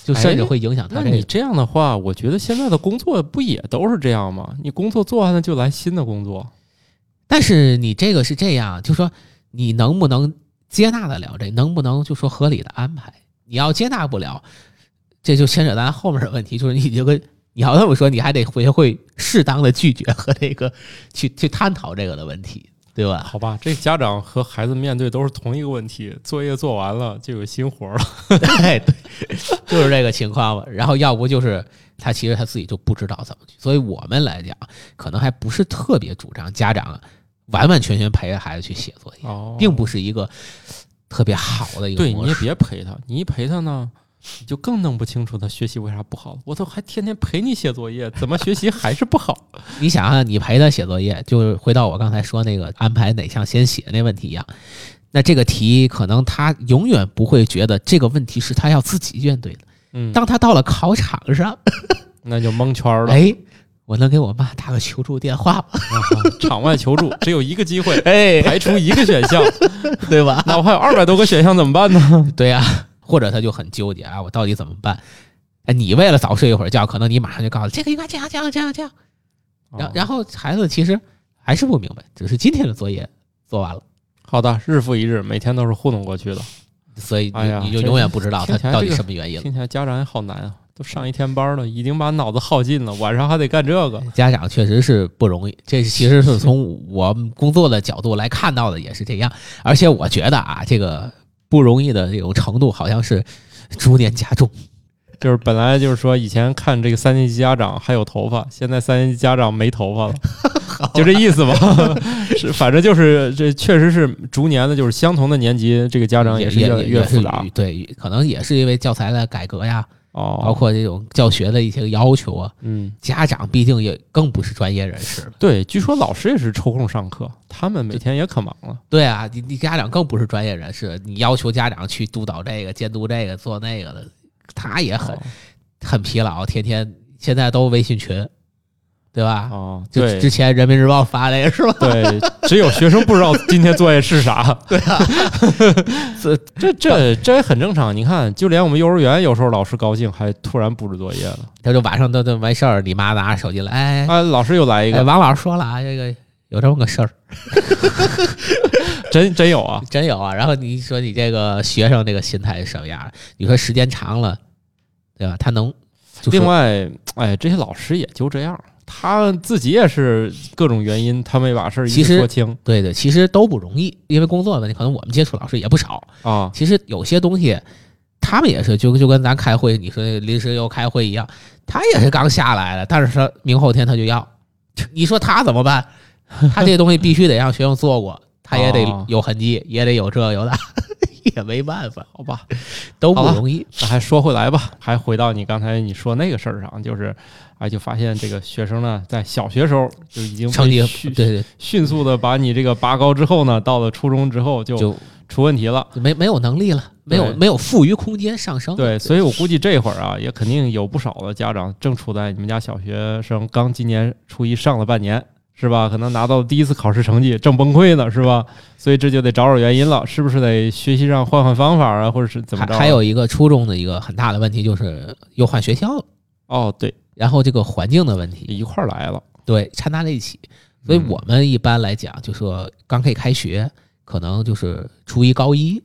Speaker 2: 就甚至会影响他
Speaker 1: 哎那
Speaker 2: 这
Speaker 1: 你
Speaker 2: 个。
Speaker 1: 这样的话，我觉得现在的工作不也都是这样吗？你工作做完了就来新的工作，
Speaker 2: 但是你这个是这样，就说你能不能接纳得了这，能不能就说合理的安排？你要接纳不了，这就牵扯咱后面的问题，就是你这个你要这么说，你还得学会适当的拒绝和这个去去探讨这个的问题，对吧？
Speaker 1: 好吧？这家长和孩子面对都是同一个问题，作业做 完了就有新活儿了。
Speaker 2: 对对，就是这个情况嘛。然后要不就是他其实他自己就不知道怎么去。所以我们来讲，可能还不是特别主张家长完完全全陪着孩子去写作业，
Speaker 1: 哦，
Speaker 2: 并不是一个特别好的一个
Speaker 1: 对，你
Speaker 2: 模
Speaker 1: 也
Speaker 2: 式。
Speaker 1: 别陪他，你一陪他呢，你就更弄不清楚他学习为啥不好了。我都还天天陪你写作业，怎么学习还是不 好？
Speaker 2: 你想想，你陪他写作业，就是回到我刚才说那个安排哪项先写那问题一样。那这个题可能他永远不会觉得这个问题是他要自己面对的。
Speaker 1: 嗯，
Speaker 2: 当他到了考场上，
Speaker 1: 那就蒙圈了。
Speaker 2: 哎，我能给我妈打个求助电话吗？
Speaker 1: 啊场外求助只有一个机会，
Speaker 2: 哎，
Speaker 1: 排除一个选项，
Speaker 2: 对吧？
Speaker 1: 那我还有二百多个选项怎么办呢？
Speaker 2: 对呀、 或者他就很纠结啊，我到底怎么办？哎，你为了早睡一会儿觉，可能你马上就告诉他这个应该这样这样这样这样。然然
Speaker 1: 后
Speaker 2: 后孩子其实还是不明白，只是今天的作业做完了，
Speaker 1: 好的，日复一日，每天都是糊弄过去的。
Speaker 2: 所以你、
Speaker 1: 哎呀
Speaker 2: 你就永远不知道他
Speaker 1: 听起来
Speaker 2: 到底
Speaker 1: 这个
Speaker 2: 什么原因了。
Speaker 1: 听起来家长也好难啊，都上一天班了，已经把脑子耗尽了，晚上还得干这个。
Speaker 2: 家长确实是不容易，这其实是从我们工作的角度来看到的，也是这样。而且我觉得啊，这个不容易的这种程度，好像是逐年加重。
Speaker 1: 就是本来就是说以前看这个三年级家长还有头发，现在三年级家长没头 发了，
Speaker 2: 啊
Speaker 1: 就这意思吧。是，反正就是这确实是逐年的，就是相同的年级，这个家长
Speaker 2: 也
Speaker 1: 是
Speaker 2: 也
Speaker 1: 越越
Speaker 2: 也是
Speaker 1: 复杂
Speaker 2: 对，可能也是因为教材的改革呀，
Speaker 1: 哦。
Speaker 2: 包括这种教学的一些要求啊。
Speaker 1: 嗯，
Speaker 2: 家长毕竟也更不是专业人士了，
Speaker 1: 对，据说老师也是抽空上课，他们每天也可忙了。
Speaker 2: 对啊，你你家长更不是专业人士，你要求家长去督导这个、监督这个、做那个的，他也很
Speaker 1: 哦
Speaker 2: 很疲劳，天天现在都微信群，对吧？
Speaker 1: 哦，
Speaker 2: 就
Speaker 1: 对
Speaker 2: 之前人民日报发那个是吧？
Speaker 1: 对，只有学生不知道今天作业是啥。对啊， 这这 这这也很正常。你看，就连我们幼儿园有时候老师高兴，还突然布置作业了。
Speaker 2: 他就晚上都都没事儿，你妈拿着手机来，哎，
Speaker 1: 啊，老师又来一
Speaker 2: 哎
Speaker 1: 个，
Speaker 2: 王老师说了啊，这个有这么个事儿，
Speaker 1: 真真有啊。
Speaker 2: 真有啊。然后你说你这个学生这个心态是什么样？你说时间长了，对吧？他能就
Speaker 1: 另
Speaker 2: 说
Speaker 1: 外，哎，这些老师也就这样，他自己也是各种原因，他没把事儿一
Speaker 2: 其
Speaker 1: 一
Speaker 2: 实
Speaker 1: 说清
Speaker 2: 对对，其实都不容易，因为工作的问题，可能我们接触老师也不少。
Speaker 1: 啊。
Speaker 2: 其实有些东西，他们也是就就跟咱开会，你说临时又开会一样，他也是刚下来的，但是说明后天他就要，你说他怎么办？他这东西必须得让学生做过，他也得
Speaker 1: 哦
Speaker 2: 有痕迹，也得有这有那， 也没办法，
Speaker 1: 好吧，
Speaker 2: 都不
Speaker 1: 好了
Speaker 2: 容易。
Speaker 1: 那还说回来吧，还回到你刚才你说那个事儿上，就是，哎，就发现这个学生呢，在小学时候就已经被
Speaker 2: 成绩
Speaker 1: 迅
Speaker 2: 对对
Speaker 1: 迅速的把你这个拔高之后呢，到了初中之后就
Speaker 2: 就
Speaker 1: 出问题了。
Speaker 2: 就没没有能力了，没有
Speaker 1: 对
Speaker 2: 没有富余空间上升了。
Speaker 1: 对，所以我估计这会儿啊，也肯定有不少的家长正处在你们家小学生刚今年初一上了半年，是吧？可能拿到第一次考试成绩，正崩溃呢，是吧？所以这就得找找原因了，是不是得学习上换换方法啊，或者是怎么
Speaker 2: 还
Speaker 1: 着啊？
Speaker 2: 还有一个初中的一个很大的问题就是又换学校了，
Speaker 1: 哦，对，
Speaker 2: 然后这个环境的问题
Speaker 1: 一块儿来了，
Speaker 2: 对，掺杂在一起。所以
Speaker 1: 嗯
Speaker 2: 我们一般来讲，就说刚可以开学，可能就是初一、高一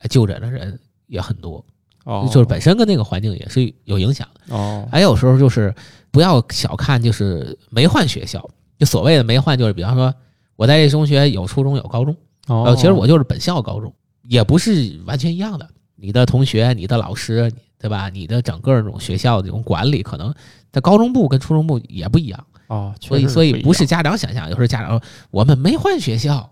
Speaker 2: 哎就诊的人也很多，
Speaker 1: 哦，
Speaker 2: 就是本身跟那个环境也是有影响的。
Speaker 1: 哦，
Speaker 2: 还有时候就是不要小看，就是没换学校，就所谓的没换，就是比方说我在这中学有初中有高中，
Speaker 1: 哦
Speaker 2: 呃，，其实我就是本校高中，也不是完全一样的。你的同学、你的老师，对吧？你的整个这种学校的这种管理，可能在高中部跟初中部也不一样。
Speaker 1: 哦，确
Speaker 2: 所以
Speaker 1: 实
Speaker 2: 所以
Speaker 1: 一
Speaker 2: 不是
Speaker 1: 样，
Speaker 2: 家长想象，有时候家长说我们没换学校，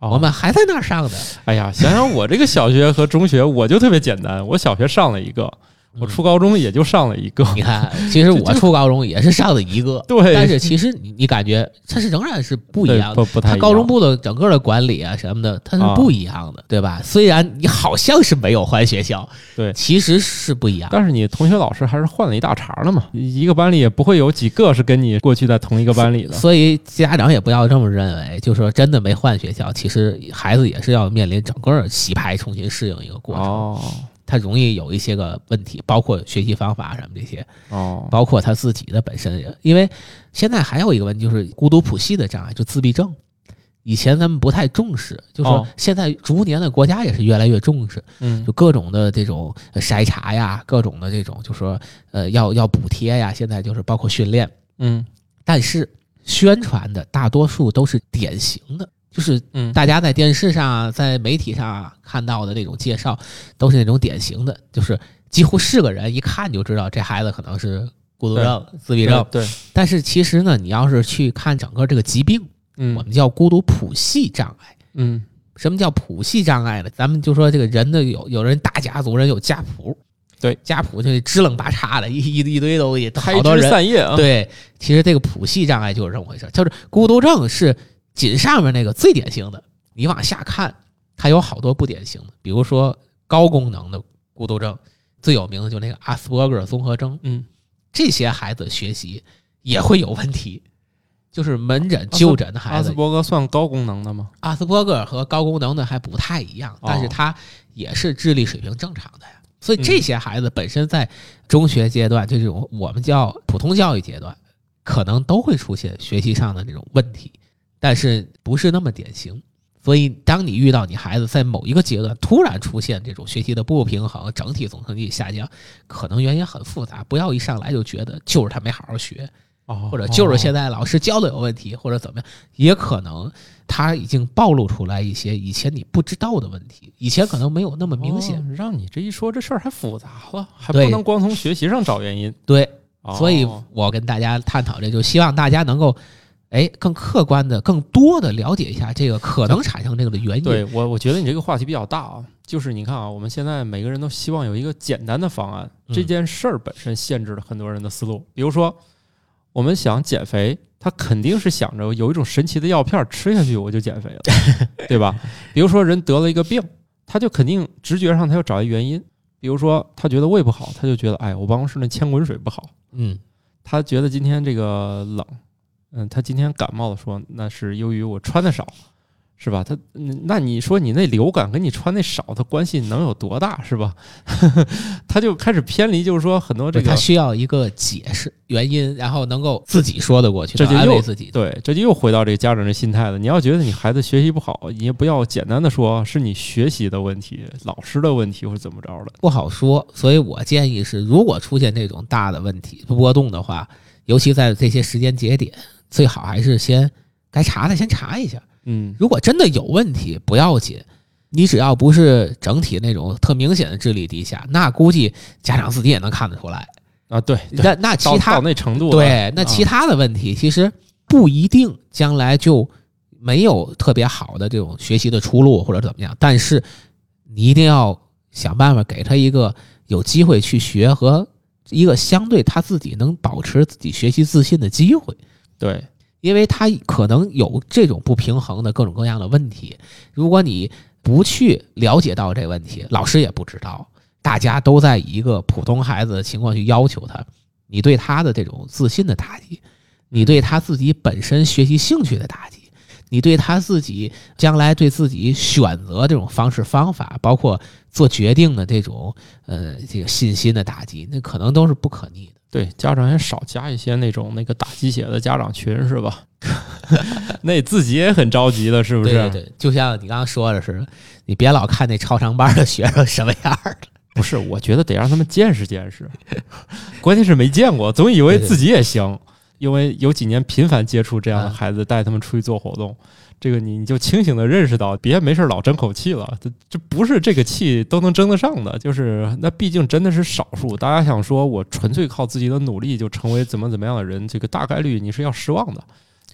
Speaker 1: 哦
Speaker 2: 我们还在那 儿上的。
Speaker 1: 哎呀，想想我这个小学和中学，我就特别简单，我小学上了一个，我初高中也就上了一个，
Speaker 2: 嗯你看，其实我初高中也是上的一个，
Speaker 1: 对
Speaker 2: 但是其实你你感觉它是仍然是不一
Speaker 1: 对
Speaker 2: 样的。
Speaker 1: 不不太
Speaker 2: 它
Speaker 1: 一
Speaker 2: 高
Speaker 1: 样
Speaker 2: 中部的整个的管理啊什么的，它是
Speaker 1: 啊
Speaker 2: 不一样的，对吧？虽然你好像是没有换学校，
Speaker 1: 对
Speaker 2: 其实是不一样。
Speaker 1: 但是你同学老师还是换了一大茬儿了嘛，一个班里也不会有几个是跟你过去在同一个班里的。
Speaker 2: 所以家长也不要这么认为，就是说真的没换学校，其实孩子也是要面临整个洗牌、重新适应一个过程，
Speaker 1: 哦
Speaker 2: 他容易有一些个问题，包括学习方法什么这些。
Speaker 1: 哦
Speaker 2: 包括他自己的本身人，因为现在还有一个问题就是孤独谱系的障碍，就自闭症。以前咱们不太重视，就说
Speaker 1: 哦
Speaker 2: 现在逐年的国家也是越来越重视，
Speaker 1: 嗯
Speaker 2: 就各种的这种呃筛查呀，各种的这种就说呃要要补贴呀，现在就是包括训练，
Speaker 1: 嗯
Speaker 2: 但是宣传的大多数都是典型的，就是
Speaker 1: 嗯
Speaker 2: 大家在电视上啊、在媒体上啊看到的这种介绍，都是那种典型的，就是几乎是个人一看就知道这孩子可能是孤独
Speaker 1: 对
Speaker 2: 症、自闭
Speaker 1: 对
Speaker 2: 症。
Speaker 1: 对，
Speaker 2: 但是其实呢，你要是去看整个这个疾病，我
Speaker 1: 嗯
Speaker 2: 们叫孤独谱系障碍。
Speaker 1: 嗯
Speaker 2: 什么叫谱系障碍呢？咱们就说这个人的有有人大家族人有家谱，
Speaker 1: 对
Speaker 2: 家谱就是支棱八叉的一一一堆东西，
Speaker 1: 开
Speaker 2: 好多
Speaker 1: 枝
Speaker 2: 人。
Speaker 1: 散叶啊，
Speaker 2: 对，其实这个谱系障碍就是这么回事，就是孤独症是仅上面那个最典型的，你往下看，它有好多不典型的，比如说高功能的孤独症，最有名的就那个阿斯伯格综合征，
Speaker 1: 嗯，
Speaker 2: 这些孩子学习也会有问题，就是门诊就诊的孩
Speaker 1: 阿
Speaker 2: 子
Speaker 1: 斯伯格算高功能的吗？
Speaker 2: 阿斯伯格和高功能的还不太一样，但是他也是智力水平正常的呀。所以这些孩子本身在中学阶段，这种我们叫普通教育阶段，可能都会出现学习上的这种问题，但是不是那么典型。所以，当你遇到你孩子在某一个阶段突然出现这种学习的不平衡，整体总成绩下降，可能原因很复杂，不要一上来就觉得就是他没好好学，
Speaker 1: 哦
Speaker 2: 或者就是现
Speaker 1: 在
Speaker 2: 在老师教的有问题，或者怎么样，也可能他已经暴露出来一些以前你不知道的问题，以前可能没有那么明显。
Speaker 1: 哦让你这一说，这事儿还复杂了，还不
Speaker 2: 对
Speaker 1: 能光从学习上找原因。
Speaker 2: 对，
Speaker 1: 哦
Speaker 2: 所以我跟大家探讨这，就希望大家能够，哎，更客观的、更多的了解一下这个可能产生这个的原因。
Speaker 1: 对我，我觉得你这个话题比较大啊，就是你看啊，我们现在每个人都希望有一个简单的方案，这
Speaker 2: 嗯
Speaker 1: 件事儿本身限制了很多人的思路。比如说，我们想减肥，他肯定是想着有一种神奇的药片儿吃下去我就减肥了，对吧？比如说人得了一个病，他就肯定直觉上他要找一原因，比如说他觉得胃不好，他就觉得哎，我办公室那千滚水不好，
Speaker 2: 嗯，
Speaker 1: 他觉得今天这个冷，嗯，他今天感冒了说，那是由于我穿的少，是吧？他嗯那你说你那流感跟你穿那少，它关系能有多大，是吧？ 他就开始偏离，就是说很多这
Speaker 2: 他
Speaker 1: 个
Speaker 2: 需要一个解释原因，然后能够自己说得过去，
Speaker 1: 这就
Speaker 2: 能安
Speaker 1: 又
Speaker 2: 慰自己。
Speaker 1: 对，这就又回到这个家长的心态了。你要觉得你孩子学习不好，你也不要简单的说是你学习的问题、老师的问题或者怎么着的。
Speaker 2: 不好说，所以我建议是，如果出现这种大的问题波动的话，尤其在这些时间节点，最好还是先该查的先查一下。
Speaker 1: 嗯
Speaker 2: 如果真的有问题，不要紧，你只要不是整体那种特明显的智力低下，那估计家长自己也能看得出来。
Speaker 1: 啊，对，对
Speaker 2: 那那其
Speaker 1: 到
Speaker 2: 他
Speaker 1: 到那程度了，嗯
Speaker 2: 对，那其他的问题其实不一定将来就没有特别好的这种学习的出路或者怎么样，但是你一定要想办法给他一个有机会去学和一个相对他自己能保持自己学习自信的机会。
Speaker 1: 对，
Speaker 2: 因为他可能有这种不平衡的各种各样的问题。如果你不去了解到这问题，老师也不知道，大家都在以一个普通孩子的情况去要求他，你对他的这种自信的打击，你对他自己本身学习兴趣的打击。你对他自己将来对自己选择这种方式方法，包括做决定的这种呃这个信心的打击，那可能都是不可逆的。
Speaker 1: 对，家长也少加一些那种那个打鸡血的家长群是 吧？那自己也很着急的，是不是？
Speaker 2: 对对对，就像你刚刚说的似的，你别老看那超长班的学生什么样 儿的。
Speaker 1: 不是，我觉得得让他们见识见识。 关键是没见过，总以为自己也行。因为有几年频繁接触这样的
Speaker 2: 啊
Speaker 1: 孩子，带他们出去做活动，这个你你就清醒的认识到，别没事儿老争口气了，这这不是这个气都能争得上的，就是那毕竟真的是少数。大家想说我纯粹靠自己的努力就成为怎么怎么样的人，这个大概率你是要失望的。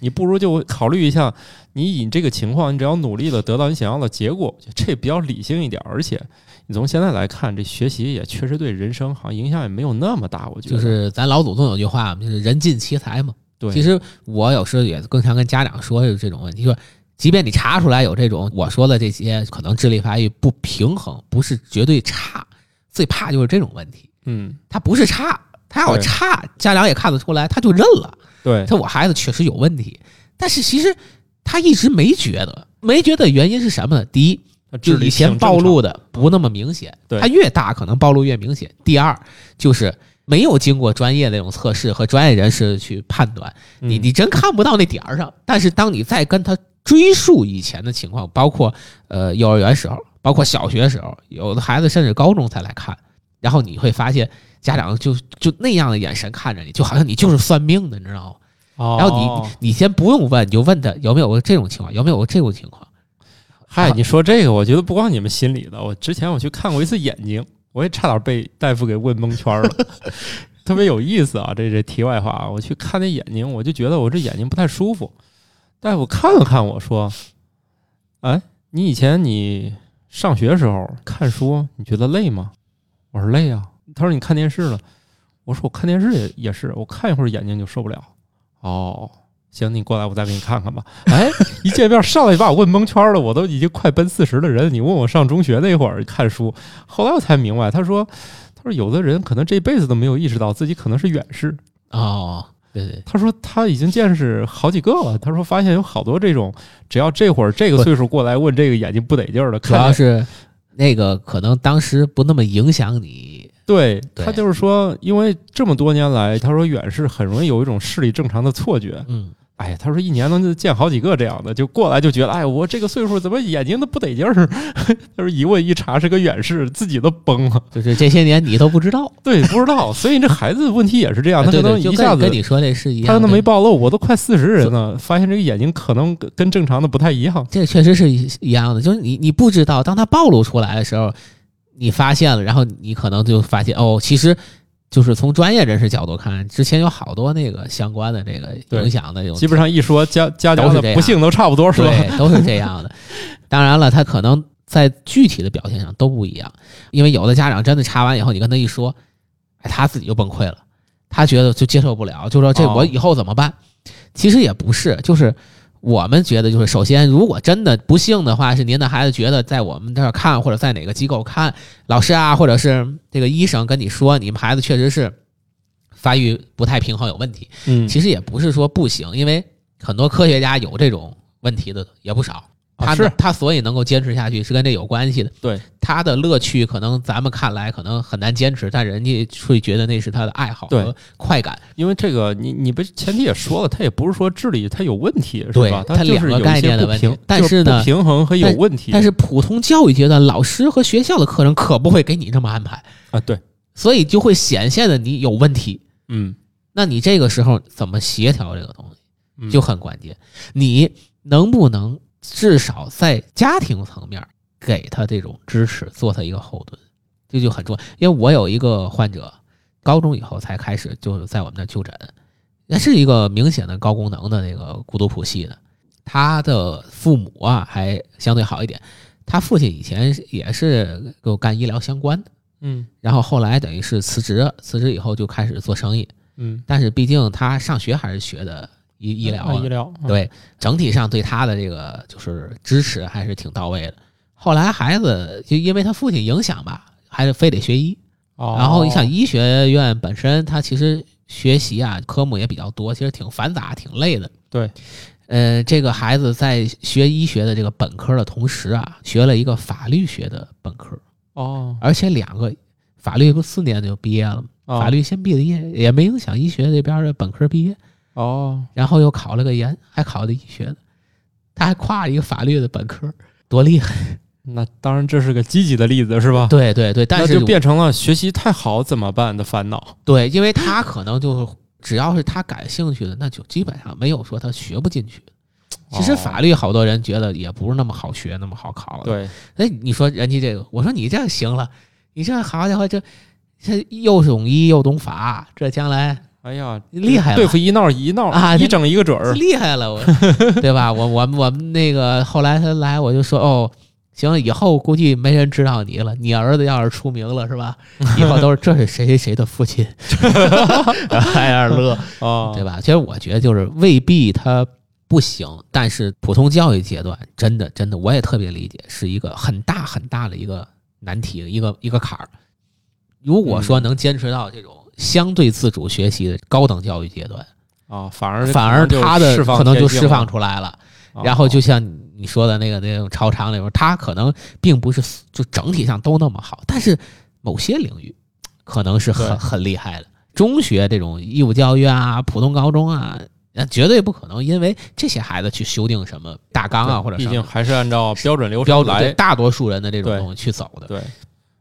Speaker 1: 你不如就考虑一下，你以这个情况，你只要努力了，得到你想要的结果，这比较理性一点。而且，你从现在来看，这学习也确实对人生好像影响也没有那么大，我觉得。
Speaker 2: 就是咱老祖宗有句话嘛，就是人尽其才嘛。
Speaker 1: 对，
Speaker 2: 其实我有时候也更常跟家长说这种问题，说即便你查出来有这种我说的这些可能智力发育不平衡，不是绝对差，最怕就是这种问题，
Speaker 1: 嗯，
Speaker 2: 他不是差，他要
Speaker 1: 对
Speaker 2: 差，家长也看得出来，他就认了。
Speaker 1: 对，
Speaker 2: 他我孩子确实有问题，但是其实他一直没觉得，没觉得原因是什么呢？第一，就以前暴露的不那么明显，
Speaker 1: 对
Speaker 2: 它越大可能暴露越明显。第二就是没有经过专业的那种测试和专业人士去判断，
Speaker 1: 嗯
Speaker 2: 你你真看不到那点儿上。但是当你再跟他追溯以前的情况，包括呃幼儿园时候，包括小学时候，有的孩子甚至高中才来看，然后你会发现家长就就那样的眼神看着你，就好像你就是算命的，你知道吗？
Speaker 1: 然
Speaker 2: 然后你你先不用问，你就问他有没有过这种情况，有没有过这种情况。
Speaker 1: 嗨，你说这个，我觉得不光你们心里的，我之前我去看过一次眼睛，我也差点被大夫给问蒙圈了。特别有意思啊！这这题外话啊，我去看那眼睛，我就觉得我这眼睛不太舒服。大夫看了看我说：“哎，你以前你上学时候看书，你觉得累吗？”我说：“累啊。”他说：“你看电视了？”我说：“我看电视也也是，我看一会儿眼睛就受不了。”哦，行，你过来，我再给你看看吧。哎， 一见面上来就把我问蒙圈了，我都已经快奔四十的人，你问我上中学那会儿看书，后来我才明白，他说。他说：“有的人可能这辈子都没有意识到自己可能是远视。
Speaker 2: 哦，对对”，
Speaker 1: 他说：“他已经见识好几个了。”他说：“发现有好多这种，只要这会儿这个岁数过来问这个眼睛不得劲儿的，
Speaker 2: 主
Speaker 1: 看
Speaker 2: 要是那个可能当时不那么影响你，
Speaker 1: 对
Speaker 2: 对
Speaker 1: 他就是说，因为这么多年来，他说远视很容易有一种视力正常的错觉。
Speaker 2: 嗯，
Speaker 1: 哎呀，他说一年能见好几个这样的，就过来就觉得，哎，我这个岁数怎么眼睛都不得劲儿？ 他说一问一查是个远视，自己都崩了。
Speaker 2: 就是这些年你都不知道，呃
Speaker 1: 对，不知道，所以这孩子问题也是这样，他
Speaker 2: 啊对
Speaker 1: 啊可能
Speaker 2: 对，就
Speaker 1: 一
Speaker 2: 跟
Speaker 1: 下子
Speaker 2: 跟你说这是一样，
Speaker 1: 他都
Speaker 2: 对
Speaker 1: 没暴露，我都快四十人了，发现这个眼睛可能跟跟正常的不太一样。
Speaker 2: 这确实是一一样的，就是你你不知道，当它暴露出来的时候，你发现了，然后你可能就发现哦，其实就是从专业人士角度看，之前有好多那个相关的这个
Speaker 1: 对
Speaker 2: 影响的这种
Speaker 1: 基本上一说家家家
Speaker 2: 都是
Speaker 1: 的
Speaker 2: 这样
Speaker 1: 不幸都差不多，是吧？
Speaker 2: 对，都是这样的。当然了，他可能在具体的表现上都不一样，因为有的家长真的查完以后，你跟他一说，哎，他自己就崩溃了，他觉得就接受不了，就说这
Speaker 1: 哦
Speaker 2: 我以后怎么办？其实也不是，就是我们觉得，就是首先，如果真的不幸的话，是您的孩子觉得在我们这儿看，或者在哪个机构看，老师啊，或者是这个医生跟你说，你们孩子确实是发育不太平衡有问题，
Speaker 1: 嗯
Speaker 2: 其实也不是说不行，因为很多科学家有这种问题的也不少。
Speaker 1: 啊
Speaker 2: 他、
Speaker 1: 是
Speaker 2: 他所以能够坚持下去，是跟这有关系的。
Speaker 1: 对
Speaker 2: 他的乐趣，可能咱们看来可能很难坚持，但人家会觉得那是他的爱好
Speaker 1: 对
Speaker 2: 和快感。
Speaker 1: 因为这个你你不前提也说了，他也不是说智力他有问题，是
Speaker 2: 对
Speaker 1: 吧？
Speaker 2: 它
Speaker 1: 他就是
Speaker 2: 两
Speaker 1: 有
Speaker 2: 个
Speaker 1: 一
Speaker 2: 概
Speaker 1: 些
Speaker 2: 念的
Speaker 1: 不
Speaker 2: 问题
Speaker 1: 平
Speaker 2: 但
Speaker 1: 就是
Speaker 2: 呢
Speaker 1: 不平衡和有问题。
Speaker 2: 但是普通教育阶段，老师和学校的课程可不会给你这么安排，
Speaker 1: 啊，对，
Speaker 2: 所以就会显现的你有问题。
Speaker 1: 嗯，
Speaker 2: 那你这个时候怎么协调这个东西？
Speaker 1: 嗯
Speaker 2: 就很关键。你能不能至少在家庭层面给他这种支持，做他一个后盾，这就很重要。因为我有一个患者，高中以后才开始就是在我们那儿就诊，那是一个明显的高功能的那个孤独谱系的，他的父母啊还相对好一点，他父亲以前也是给我干医疗相关的。
Speaker 1: 嗯
Speaker 2: 然后后来等于是辞职，辞职以后就开始做生意，
Speaker 1: 嗯，
Speaker 2: 但是毕竟他上学还是学的医医疗
Speaker 1: 啊
Speaker 2: 的
Speaker 1: 医疗，
Speaker 2: 对，整体上对他的这个就是支持还是挺到位的。后来孩子就因为他父亲影响吧，还是非得学医。
Speaker 1: 哦
Speaker 2: 然后你想，医学院本身它其实学习啊科目也比较多，其实挺繁杂、挺累的。
Speaker 1: 对，
Speaker 2: 呃，这个孩子在学医学的这个本科的同时啊，学了一个法律学的本科，
Speaker 1: 哦，
Speaker 2: 而且两个法律不四年就毕业了吗？
Speaker 1: 哦
Speaker 2: 法律先毕的业，也没影响医学这边的本科毕业。
Speaker 1: 哦，
Speaker 2: 然后又考了个研，还考的医学呢，他还跨了一个法律的本科，多厉害！
Speaker 1: 那当然这是个积极的例子，是吧？
Speaker 2: 对对对，但
Speaker 1: 那
Speaker 2: 是
Speaker 1: 就变成了学习太好怎么办的烦恼。
Speaker 2: 对，因为他可能就是只要是他感兴趣的，那就基本上没有说他学不进去。其实
Speaker 1: 哦
Speaker 2: 法律好多人觉得也不是那么好学，那么好考的。
Speaker 1: 对，
Speaker 2: 哎，你说人家这个，我说你这行了，你这好家伙，这这又懂医又懂法，这将来
Speaker 1: 哎呀，
Speaker 2: 厉害了
Speaker 1: 对付一闹一闹
Speaker 2: 啊
Speaker 1: 一整一个准儿。
Speaker 2: 厉害了，我对吧？我我们我们那个后来他来，我就说哦。行了，以后估计没人知道你了。你儿子要是出名了，是吧？以后都是这是谁谁谁的父亲， 还有点乐，
Speaker 1: 啊，
Speaker 2: 对吧？其实我觉得就是未必他不行，但是普通教育阶段真的真的，我也特别理解，是一个很大很大的一个难题，一个一个坎儿。如果说能坚持到这种相对自主学习的高等教育阶段，
Speaker 1: 啊，反而
Speaker 2: 反而他的可能就释放
Speaker 1: 出，
Speaker 2: 出来了。
Speaker 1: 啊
Speaker 2: 然后就像你说的那个那种超常里边，他可能并不是就整体上都那么好，但是某些领域可能是
Speaker 1: 对
Speaker 2: 很很厉害的。中学这种义务教育啊，普通高中啊，那绝对不可能因为这些孩子去修订什么大纲啊，
Speaker 1: 对
Speaker 2: 或者
Speaker 1: 毕
Speaker 2: 什
Speaker 1: 竟
Speaker 2: 么
Speaker 1: 还是按照标准流
Speaker 2: 标
Speaker 1: 程
Speaker 2: 准，对
Speaker 1: 来，
Speaker 2: 大多数人的这种
Speaker 1: 对
Speaker 2: 东西去走的。
Speaker 1: 对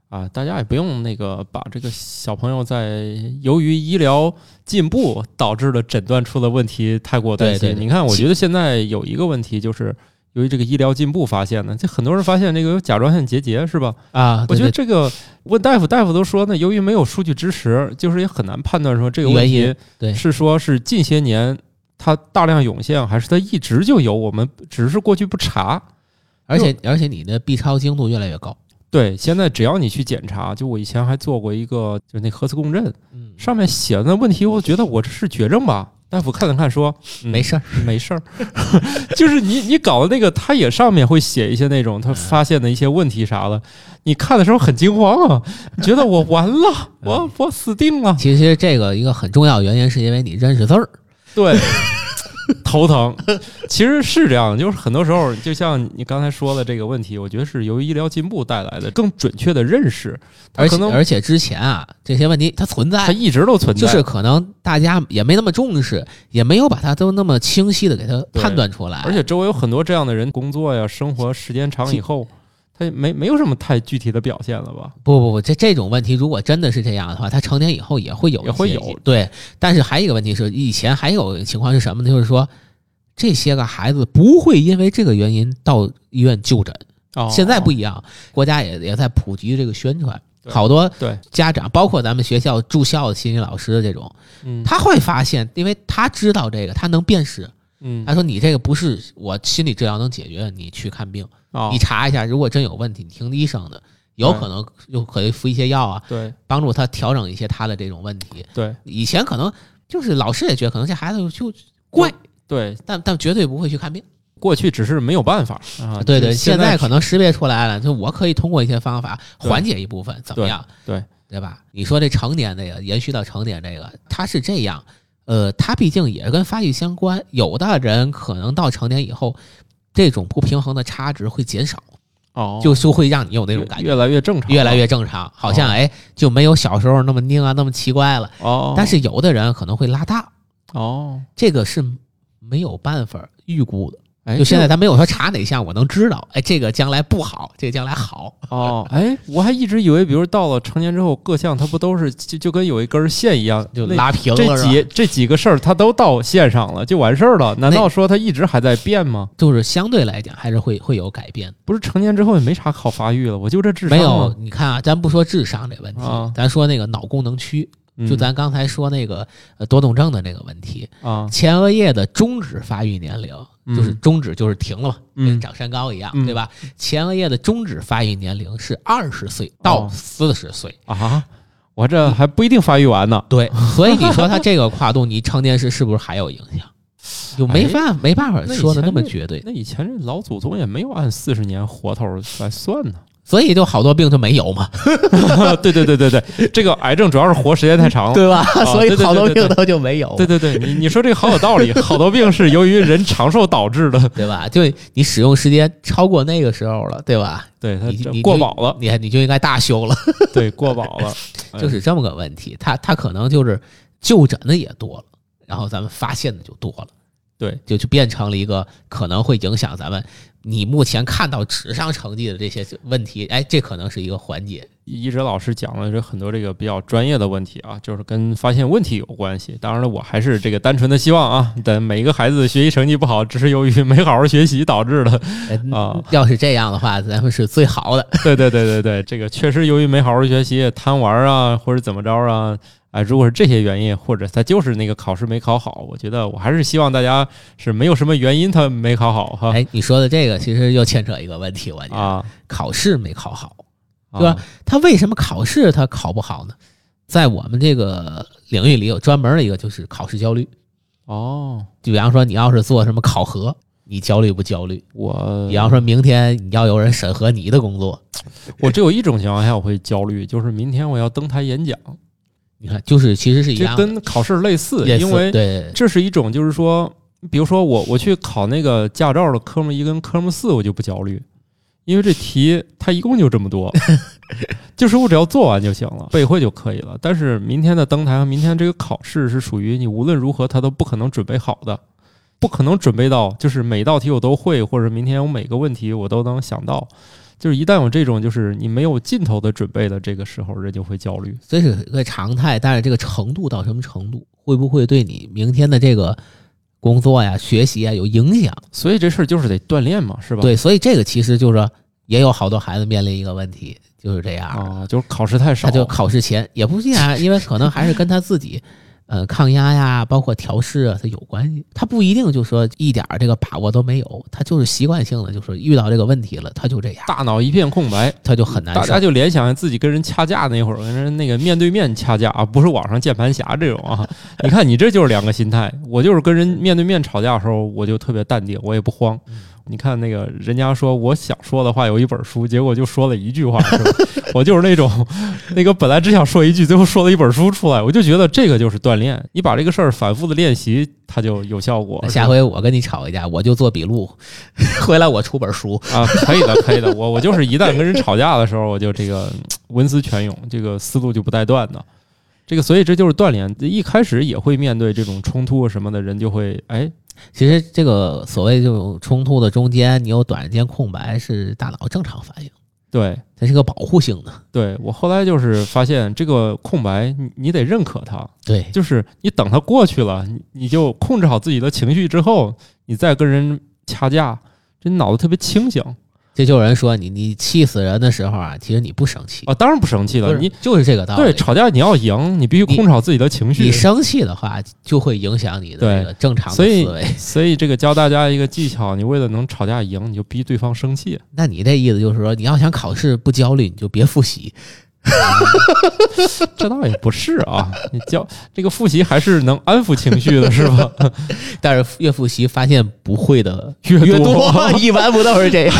Speaker 1: 啊，大家也不用那个把这个小朋友在由于医疗进步导致的诊断出的问题太过担
Speaker 2: 对
Speaker 1: 心。
Speaker 2: 对对
Speaker 1: 你看，我
Speaker 2: 其
Speaker 1: 觉得现在有一个问题就是。由于这个医疗进步发现的，这很多人发现这个有甲状腺结节是吧？
Speaker 2: 啊，
Speaker 1: 我
Speaker 2: 对
Speaker 1: 觉得
Speaker 2: 对
Speaker 1: 这个问大夫，大夫都说呢，由于没有数据支持，就是也很难判断说这个问
Speaker 2: 原
Speaker 1: 题
Speaker 2: 因对
Speaker 1: 是说是近些年它大量涌现，还是它一直就有，我们只是过去不查。
Speaker 2: 而且而且你的 B 超精度越来越高，
Speaker 1: 对，现在只要你去检查，就我以前还做过一个，就是那核磁共振，
Speaker 2: 嗯，
Speaker 1: 上面写的那问题，我觉得我这是绝症吧？大夫看了看说，嗯
Speaker 2: 没事儿，
Speaker 1: 没事儿， 就是你你搞的那个，他也上面会写一些那种他发现的一些问题啥的，你看的时候很惊慌啊，你觉得我完了，我我死定了，
Speaker 2: 其实这个一个很重要的原因，是因为你认识字儿。
Speaker 1: 对，头疼，其实是这样，就是很多时候，就像你刚才说的这个问题，我觉得是由于医疗进步带来的更准确的认识，它
Speaker 2: 而
Speaker 1: 可
Speaker 2: 且
Speaker 1: 能
Speaker 2: 而且之前啊，这些问题它存
Speaker 1: 它
Speaker 2: 在，
Speaker 1: 一直都存在，
Speaker 2: 就是可能大家也没那么重视，也没有把它都那么清晰的给它
Speaker 1: 对
Speaker 2: 判断出来。
Speaker 1: 而且周围有很多这样的人，工作呀、生活时间长以后，他没没有什么太具体的表现了吧？
Speaker 2: 不不不，这这种问题如果真的是这样的话，他成年以后也会有一些，
Speaker 1: 也会有
Speaker 2: 对。但是还有一个问题是，以前还有一个情况是什么呢？就是说，这些个孩子不会因为这个原因到医院就诊。
Speaker 1: 哦
Speaker 2: 现在不一样，国家也也在普及这个宣传，
Speaker 1: 对
Speaker 2: 好多
Speaker 1: 哦对，
Speaker 2: 家长，包括咱们学校住校的心理老师的这种，
Speaker 1: 嗯，
Speaker 2: 他会发现，因为他知道这个，他能辨识。
Speaker 1: 嗯
Speaker 2: 他说：“你这个不是我心理治疗能解决的，你去看病，
Speaker 1: 啊
Speaker 2: 你，查一下，如果真有问题，你听医生的，有
Speaker 1: 对
Speaker 2: 可能又可以服一些药啊，
Speaker 1: 对
Speaker 2: 帮助他调整一些他的这种问题。
Speaker 1: 对
Speaker 2: 以前可能就是老师也觉得可能这孩子就怪，
Speaker 1: 对，
Speaker 2: 但但绝对不会去看病。
Speaker 1: 过去只是没有办法啊，
Speaker 2: 对
Speaker 1: 就
Speaker 2: 对，
Speaker 1: 是
Speaker 2: 现
Speaker 1: 现
Speaker 2: 在可能识别出来了，就我可以通过一些方法缓解一部分，怎么样？
Speaker 1: 对对
Speaker 2: 对吧？你说这成年这个延续到成年这个，它是这样，呃，它毕竟也跟发育相关，有的人可能到成年以后。这种不平衡的差值会减少，
Speaker 1: 哦，
Speaker 2: 就就会让你有那
Speaker 1: 越
Speaker 2: 种感觉，
Speaker 1: 越来越正常了，
Speaker 2: 越来越正常，好像
Speaker 1: 哦
Speaker 2: 哎就没有小时候那么拧啊，那么奇怪了。
Speaker 1: 哦，
Speaker 2: 但是有的人可能会拉大，
Speaker 1: 哦，
Speaker 2: 这个是没有办法预估的。
Speaker 1: 哎，
Speaker 2: 就现在
Speaker 1: 这
Speaker 2: 咱没有说查哪项，我能知道，哎，这个将来不好，这个将来好。
Speaker 1: 哦，哎，我还一直以为，比如到了成年之后，各项它不都是就就跟有一根线一样，
Speaker 2: 就
Speaker 1: 那
Speaker 2: 拉平
Speaker 1: 这
Speaker 2: 了是吧，
Speaker 1: 几这几个事儿，它都到线上了，就完事儿了。难道说它一直还在变吗？
Speaker 2: 就是相对来讲还是会会有改变。
Speaker 1: 不是成年之后也没啥好发育了，我就这智商
Speaker 2: 没
Speaker 1: 了
Speaker 2: 有，你看啊，咱不说智商这问题，
Speaker 1: 啊
Speaker 2: 咱说那个脑功能区，
Speaker 1: 嗯
Speaker 2: 就咱刚才说那个呃多动症的那个问题，
Speaker 1: 啊，
Speaker 2: 前额叶的终止发育年龄，
Speaker 1: 嗯
Speaker 2: 就是终止就是停了嘛，
Speaker 1: 嗯
Speaker 2: 跟长身高一样，
Speaker 1: 嗯
Speaker 2: 对吧？前额叶的终止发育年龄是二十岁到
Speaker 1: 哦
Speaker 2: 四十岁。
Speaker 1: 啊，我这还不一定发育完呢。
Speaker 2: 对，所以你说他这个跨度，你成年时是不是还有影响？就没办、没办法
Speaker 1: 哎那以
Speaker 2: 说的
Speaker 1: 前
Speaker 2: 那么
Speaker 1: 这
Speaker 2: 绝对，
Speaker 1: 那以前这老祖宗也没有按四十年活头来算呢。
Speaker 2: 所以就好多病就没有嘛，
Speaker 1: 对对对对对，这个癌症主要是活时间太长了。
Speaker 2: 对吧？
Speaker 1: 啊
Speaker 2: 所以
Speaker 1: 对对
Speaker 2: 好多
Speaker 1: 对对
Speaker 2: 病都就没有，
Speaker 1: 对对对，你你说这个好有道理，好多病是由于人长寿导致的。
Speaker 2: 对吧？就你使用时间超过那个时候了，对吧？
Speaker 1: 对他
Speaker 2: 你
Speaker 1: 这
Speaker 2: 你
Speaker 1: 过保了，
Speaker 2: 你你就应该大修了，
Speaker 1: 对过保了，哎
Speaker 2: 就是这么个问题。他他可能就是就诊的也多了，然后咱们发现的就多了，
Speaker 1: 对
Speaker 2: 就就变成了一个可能会影响咱们你目前看到纸上成绩的这些问题。哎，这可能是一个环节。
Speaker 1: 一哲老师讲了这很多这个比较专业的问题啊，就是跟发现问题有关系。当然了，我还是这个单纯的希望啊，等每一个孩子学习成绩不好，只是由于没好好学习导致的。
Speaker 2: 哎
Speaker 1: 啊
Speaker 2: 要是这样的话，咱们是最好的。
Speaker 1: 对对对对对，这个确实由于没好好学习、贪玩啊，或者怎么着啊，哎，如果是这些原因，或者他就是那个考试没考好，我觉得我还是希望大家是没有什么原因他没考好哈。
Speaker 2: 哎，你说的这个其实又牵扯一个问题，我觉得、
Speaker 1: 啊，
Speaker 2: 考试没考好，
Speaker 1: 啊
Speaker 2: 对吧？他为什么考试他考不好呢？在我们这个领域里有专门的一个，就是考试焦虑。
Speaker 1: 哦，
Speaker 2: 就比方说，你要是做什么考核，你焦虑不焦虑？
Speaker 1: 我
Speaker 2: 比方说明天你要有人审核你的工作，
Speaker 1: 我只有一种情况下我会焦虑，就是明天我要登台演讲，
Speaker 2: 你看，就是其实是一
Speaker 1: 这
Speaker 2: 样的，
Speaker 1: 跟考试类似，
Speaker 2: 类似
Speaker 1: 因为
Speaker 2: 对
Speaker 1: 这是一种就是说，比如说我我去考那个驾照的科目一跟科目四，我就不焦虑，因为这题它一共就这么多， 就是我只要做完就行了，背会就可以了。但是明天的登台和明天这个考试是属于你无论如何他都不可能准备好的。不可能准备到，就是每道题我都会，或者明天我每个问题我都能想到。就是一旦有这种就是你没有尽头的准备的这个时候，人就会焦虑。
Speaker 2: 这是一个常态，但是这个程度到什么程度，会不会对你明天的这个工作呀、学习呀有影响。
Speaker 1: 所以这事儿就是得锻炼嘛，是吧？
Speaker 2: 对，所以这个其实就是也有好多孩子面临一个问题，就是这样的。
Speaker 1: 啊，就是考试太少，
Speaker 2: 他就考试前也不是这 样，因为可能还是跟他自己，呃，抗压呀，包括调试啊，它有关系。他不一定就说一点儿这个把握都没有，他就是习惯性的，就是遇到这个问题了，他就这样，
Speaker 1: 大脑一片空白。
Speaker 2: 他就很难
Speaker 1: 大
Speaker 2: 受
Speaker 1: 家。就联想自己跟人掐架那会儿，跟人那个面对面掐架啊，不是网上键盘侠这种啊。 你看你这就是两个心态，我就是跟人面对面吵架的时候，我就特别淡定，我也不慌。
Speaker 2: 嗯
Speaker 1: 你看那个人家说我想说的话有一本书，结果就说了一句话， 是吧？我就是那种那个本来只想说一句，最后说了一本书出来，我就觉得这个就是锻炼。你把这个事儿反复的练习，它就有效果。
Speaker 2: 下回我跟你吵一架，我就做笔录， 回来我出本书。
Speaker 1: 啊，可以的，可以的。我我就是一旦跟人吵架的时候，我就这个嗯文思泉涌，这个思路就不带断的。这个，所以这就是锻炼。一开始也会面对这种冲突什么的，人就会哎，
Speaker 2: 其实这个所谓这种冲突的中间，你有短时间空白是大脑正常反应，
Speaker 1: 对
Speaker 2: 它是个保护性的。
Speaker 1: 对，我后来就是发现这个空白，你你得认可它，
Speaker 2: 对，
Speaker 1: 就是你等它过去了，你你就控制好自己的情绪之后，你再跟人掐架，这脑子特别清醒
Speaker 2: 这就有人说你你气死人的时候啊，其实你不生气，
Speaker 1: 啊，当然不生气
Speaker 2: 不
Speaker 1: 了。
Speaker 2: 是
Speaker 1: 你
Speaker 2: 就是这个道理。
Speaker 1: 对吵架你要赢，你必须
Speaker 2: 你
Speaker 1: 控制好自己的情绪。
Speaker 2: 你生气的话，就会影响你的
Speaker 1: 对
Speaker 2: 这个正常的
Speaker 1: 所以
Speaker 2: 思维。
Speaker 1: 所以这个教大家一个技巧，你为了能吵架赢，你就逼对方生气。
Speaker 2: 那你这意思就是说，你要想考试不焦虑，你就别复习。
Speaker 1: 这倒也不是啊，你教这个复习还是能安抚情绪的，是吧？
Speaker 2: 但是越复习发现不会的
Speaker 1: 越多
Speaker 2: 越一般不都是这样？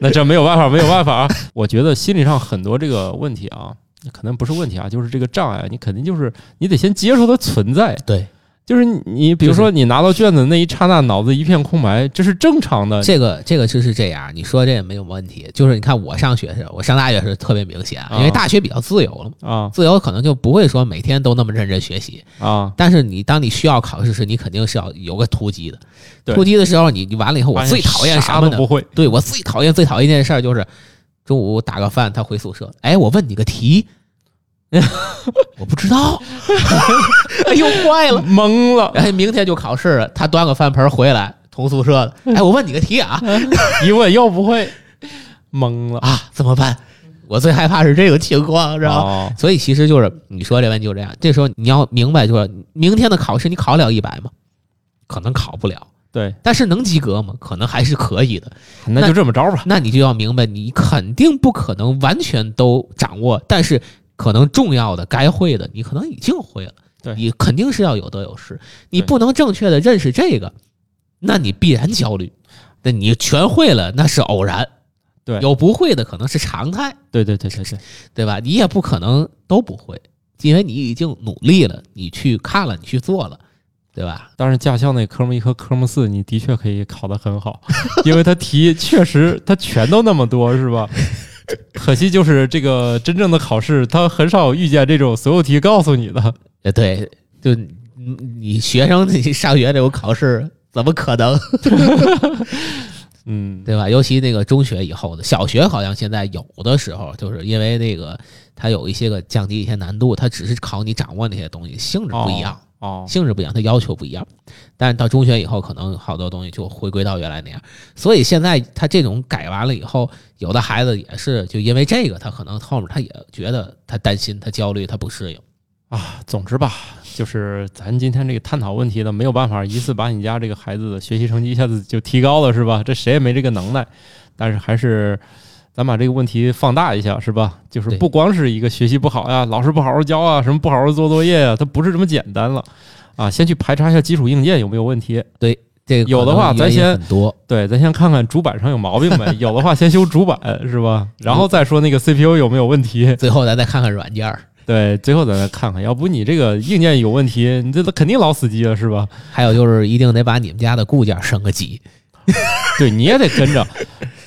Speaker 1: 那这没有办法，没有办法啊。我觉得心理上很多这个问题啊，可能不是问题啊，就是这个障碍，你肯定就是你得先接受它存在。
Speaker 2: 对，
Speaker 1: 就是你你，比如说你拿到卷子那一刹那，脑子一片空白，这是正常的
Speaker 2: 这个这个就是这样，你说这也没有问题。就是你看我上学时，我上大学时特别明显，
Speaker 1: 啊
Speaker 2: 因为大学比较自由了嘛，
Speaker 1: 啊
Speaker 2: 自由可能就不会说每天都那么认真学习。
Speaker 1: 啊！
Speaker 2: 但是你当你需要考试时，你肯定是要有个突击的。
Speaker 1: 对
Speaker 2: 突击的时候，你你完了以后，我
Speaker 1: 发现
Speaker 2: 最讨厌什
Speaker 1: 啥
Speaker 2: 么
Speaker 1: 都
Speaker 2: 呢？
Speaker 1: 不会
Speaker 2: 对我最讨厌最讨厌一件事儿就是，中午打个饭，他回宿舍，哎，我问你个 题，我不知道，哎呦坏了，
Speaker 1: 懵了，
Speaker 2: 哎，明天就考试了，他端个饭盆儿回来，同宿舍的，
Speaker 1: 嗯
Speaker 2: 哎，我问你个题啊
Speaker 1: 一问又不会，懵了，
Speaker 2: 啊，怎么办？我最害怕是这个情况，知道吗？
Speaker 1: 哦
Speaker 2: 所以其实就是你说这问题就这样，这时候你要明白，就是明天的考试你考了一百吗？可能考不了，
Speaker 1: 对，
Speaker 2: 但是能及格吗？可能还是可以的。
Speaker 1: 那就这么着吧。
Speaker 2: 那你就要明白，你肯定不可能完全都掌握，但是可能重要的、该会的，你可能已经会了。
Speaker 1: 对
Speaker 2: 你肯定是要有得有失，你
Speaker 1: 对
Speaker 2: 不能正确的认识这个，那你必然焦虑。那你全会了，那是偶然。
Speaker 1: 对
Speaker 2: 有不会的可能是常态，
Speaker 1: 对对对对对。
Speaker 2: 对吧？你也不可能都不会，因为你已经努力了，你去看了，你去做了，对吧？
Speaker 1: 但是驾校那科目一和科目四，你的确可以考得很好， 因为它题确实它全都那么多，是吧？可惜就是这个真正的考试，它很少遇见这种所有题告诉你的。
Speaker 2: 呃，对，就你你学生你上学这种考试，怎么可能？
Speaker 1: 嗯，
Speaker 2: 对吧？尤其那个中学以后的，小学好像现在有的时候就是因为那个它有一些个降低一些难度，它只是考你掌握那些东西，性质不一样，
Speaker 1: 哦，
Speaker 2: 性质不一样，它要求不一样。但是到中学以后，可能好多东西就回归到原来那样。所以现在他这种改完了以后，有的孩子也是就因为这个，他可能后面他也觉得他担心，他焦虑，他不适应。
Speaker 1: 啊，总之吧，就是咱今天这个探讨问题呢，没有办法一次把你家这个孩子的学习成绩一下子就提高了，是吧？这谁也没这个能耐，但是还是。咱把这个问题放大一下，是吧？就是
Speaker 2: 对
Speaker 1: 不光是一个学习不好呀，老师不好好教啊，什么不好好做作业呀、它不是这么简单了啊！先去排查一下基础硬件有没有问题，
Speaker 2: 这个
Speaker 1: 有的话
Speaker 2: 可能原因
Speaker 1: 咱先
Speaker 2: 很多，
Speaker 1: 对，咱先看看主板上有毛病没，有的话先修主板，是吧？然后再说那个 CPU 有没有问题，
Speaker 2: 最后咱再看看软件儿。
Speaker 1: 对，最后咱再看看，要不你这个硬件有问题，你这肯定老死机了，是吧？
Speaker 2: 还有就是一定得把你们家的固件儿升个级。
Speaker 1: 对，你也得跟着。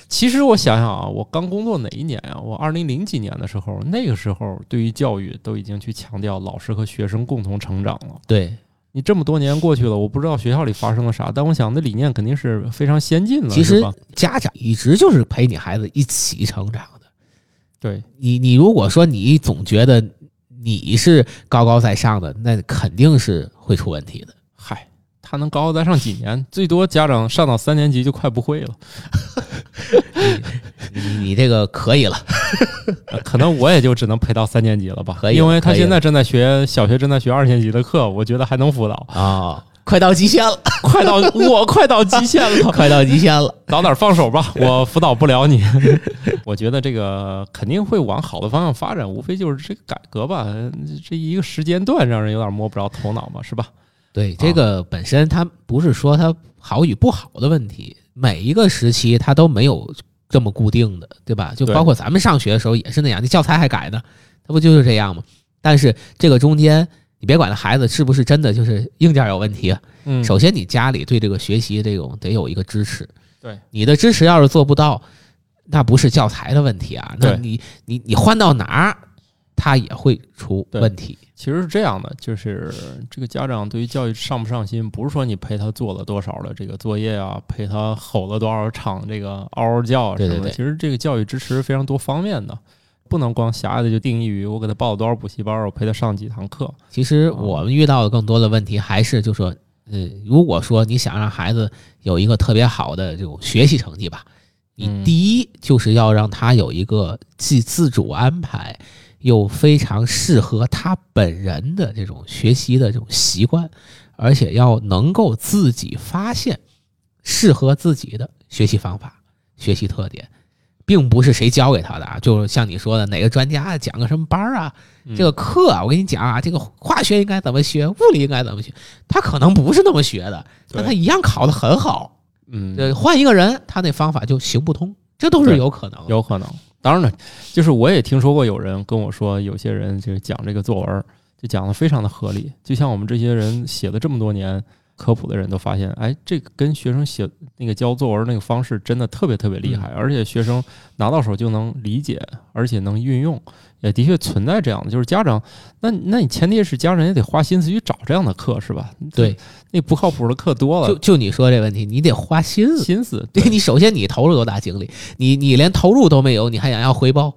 Speaker 1: 其实我想想啊，我刚工作哪一年啊？我二零零几年的时候，那个时候对于教育都已经去强调老师和学生共同成长了。
Speaker 2: 对，
Speaker 1: 你这么多年过去了，我不知道学校里发生了啥，但我想那理念肯定是非常先进了，
Speaker 2: 其
Speaker 1: 是
Speaker 2: 实
Speaker 1: 吧？
Speaker 2: 家长一直就是陪你孩子一起成长的。
Speaker 1: 对，
Speaker 2: 你你如果说你总觉得你是高高在上的，那肯定是会出问题的。
Speaker 1: 嗨，他能高高在上几年？最多家长上到三年级就快不会了，
Speaker 2: 你你这个可以了，
Speaker 1: 呃可能我也就只能陪到三年级了吧。
Speaker 2: 可以了
Speaker 1: 因为他
Speaker 2: 可以
Speaker 1: 现在
Speaker 2: 了。
Speaker 1: 正在学小学，正在学二年级的课，我觉得还能辅导
Speaker 2: 啊，快到极限了，
Speaker 1: 快到我快到极限了，
Speaker 2: 快到极限了。
Speaker 1: 早点放手吧，我辅导不了你。我觉得这个肯定会往好的方向发展，无非就是这个改革吧，这一个时间段让人有点摸不着头脑嘛，是吧？
Speaker 2: 对，这个本身它不是说它好与不好的问题，每一个时期它都没有这么固定的，对吧？就
Speaker 1: 对
Speaker 2: 包括咱们上学的时候也是那样，那教材还改呢，它不就是这样吗？但是这个中间，你别管这孩子是不是真的就是硬件有问题啊，
Speaker 1: 嗯
Speaker 2: 首先你家里对这个学习这种得有一个支持，
Speaker 1: 对
Speaker 2: 你的支持要是做不到，那不是教材的问题啊，那
Speaker 1: 对
Speaker 2: 你你你换到哪儿，它也会出问题。
Speaker 1: 其实是这样的，就是这个家长对于教育上不上心，不是说你陪他做了多少的这个作业啊，陪他吼了多少场这个嗷嗷叫啊什
Speaker 2: 对
Speaker 1: 么的。
Speaker 2: 对对
Speaker 1: 其实这个教育支持是非常多方面的，不能光狭隘的就定义于我给他报了多少补习班，我陪他上几堂课。
Speaker 2: 其实我们遇到的更多的问题还是就说，嗯，如果说你想让孩子有一个特别好的这种学习成绩吧，
Speaker 1: 嗯
Speaker 2: 你第一就是要让他有一个既自主安排又非常适合他本人的这种学习的这种习惯，而且要能够自己发现适合自己的学习方法、学习特点。并不是谁教给他的啊，就是像你说的哪个专家讲个什么班儿啊，
Speaker 1: 嗯
Speaker 2: 这个课啊，我跟你讲啊，这个化学应该怎么学，物理应该怎么学，他可能不是那么学的，但他一样考得很好。
Speaker 1: 嗯，
Speaker 2: 对，换一个人，他那方法就行不通，这都是
Speaker 1: 对
Speaker 2: 有可能的。
Speaker 1: 有可能。当然了，就是我也听说过有人跟我说，有些人就是讲这个作文儿，就讲的非常的合理，就像我们这些人写了这么多年科普的人都发现，哎，这个跟学生写那个教作文那个方式真的特别特别
Speaker 2: 嗯
Speaker 1: 厉害，而且学生拿到手就能理解，而且能运用，也的确存在这样的，就是家长，那那你前提是家长也得花心思去找这样的课是吧？
Speaker 2: 对，，
Speaker 1: 那不靠谱的课多
Speaker 2: 就
Speaker 1: 了，
Speaker 2: 就你说这问题，你得花心思。
Speaker 1: 心思
Speaker 2: 对你首先你投入多大精力，你你连投入都没有，你还想要回报？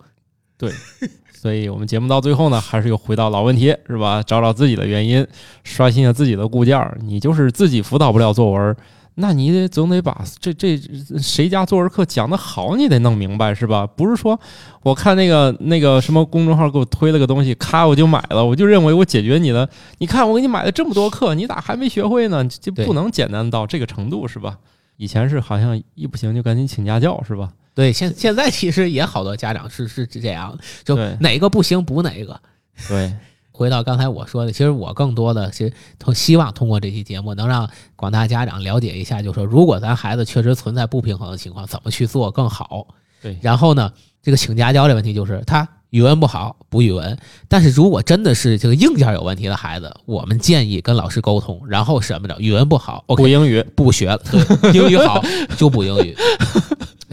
Speaker 1: 所以我们节目到最后呢，还是又回到老问题，是吧？找找自己的原因，刷新一下自己的固件儿。你就是自己辅导不了作文儿，那你得总得把这这谁家作文课讲得好，你得弄明白，是吧？不是说我看那个那个什么公众号给我推了个东西，咔我就买了，我就认为我解决你的。你看我给你买了这么多课，你咋还没学会呢？这
Speaker 2: 对
Speaker 1: 不能简单到这个程度，是吧？以前是好像一不行就赶紧请家教，是吧？
Speaker 2: 对，现现在其实也好多家长是是是这样，就
Speaker 1: 对
Speaker 2: 哪个不行补哪个。
Speaker 1: 对，
Speaker 2: 回到刚才我说的，其实我更多的其实通希望通过这期节目能让广大家长了解一下，就是说如果咱孩子确实存在不平衡的情况，怎么去做更好。
Speaker 1: 对
Speaker 2: 然后呢，这个请家教这问题就是他语文不好补语文，但是如果真的是这个硬件有问题的孩子，我们建议跟老师沟通，然后什么着，语文不好
Speaker 1: 补
Speaker 2: ，OK，
Speaker 1: 英语，
Speaker 2: 不学了，对，英语好就补英语，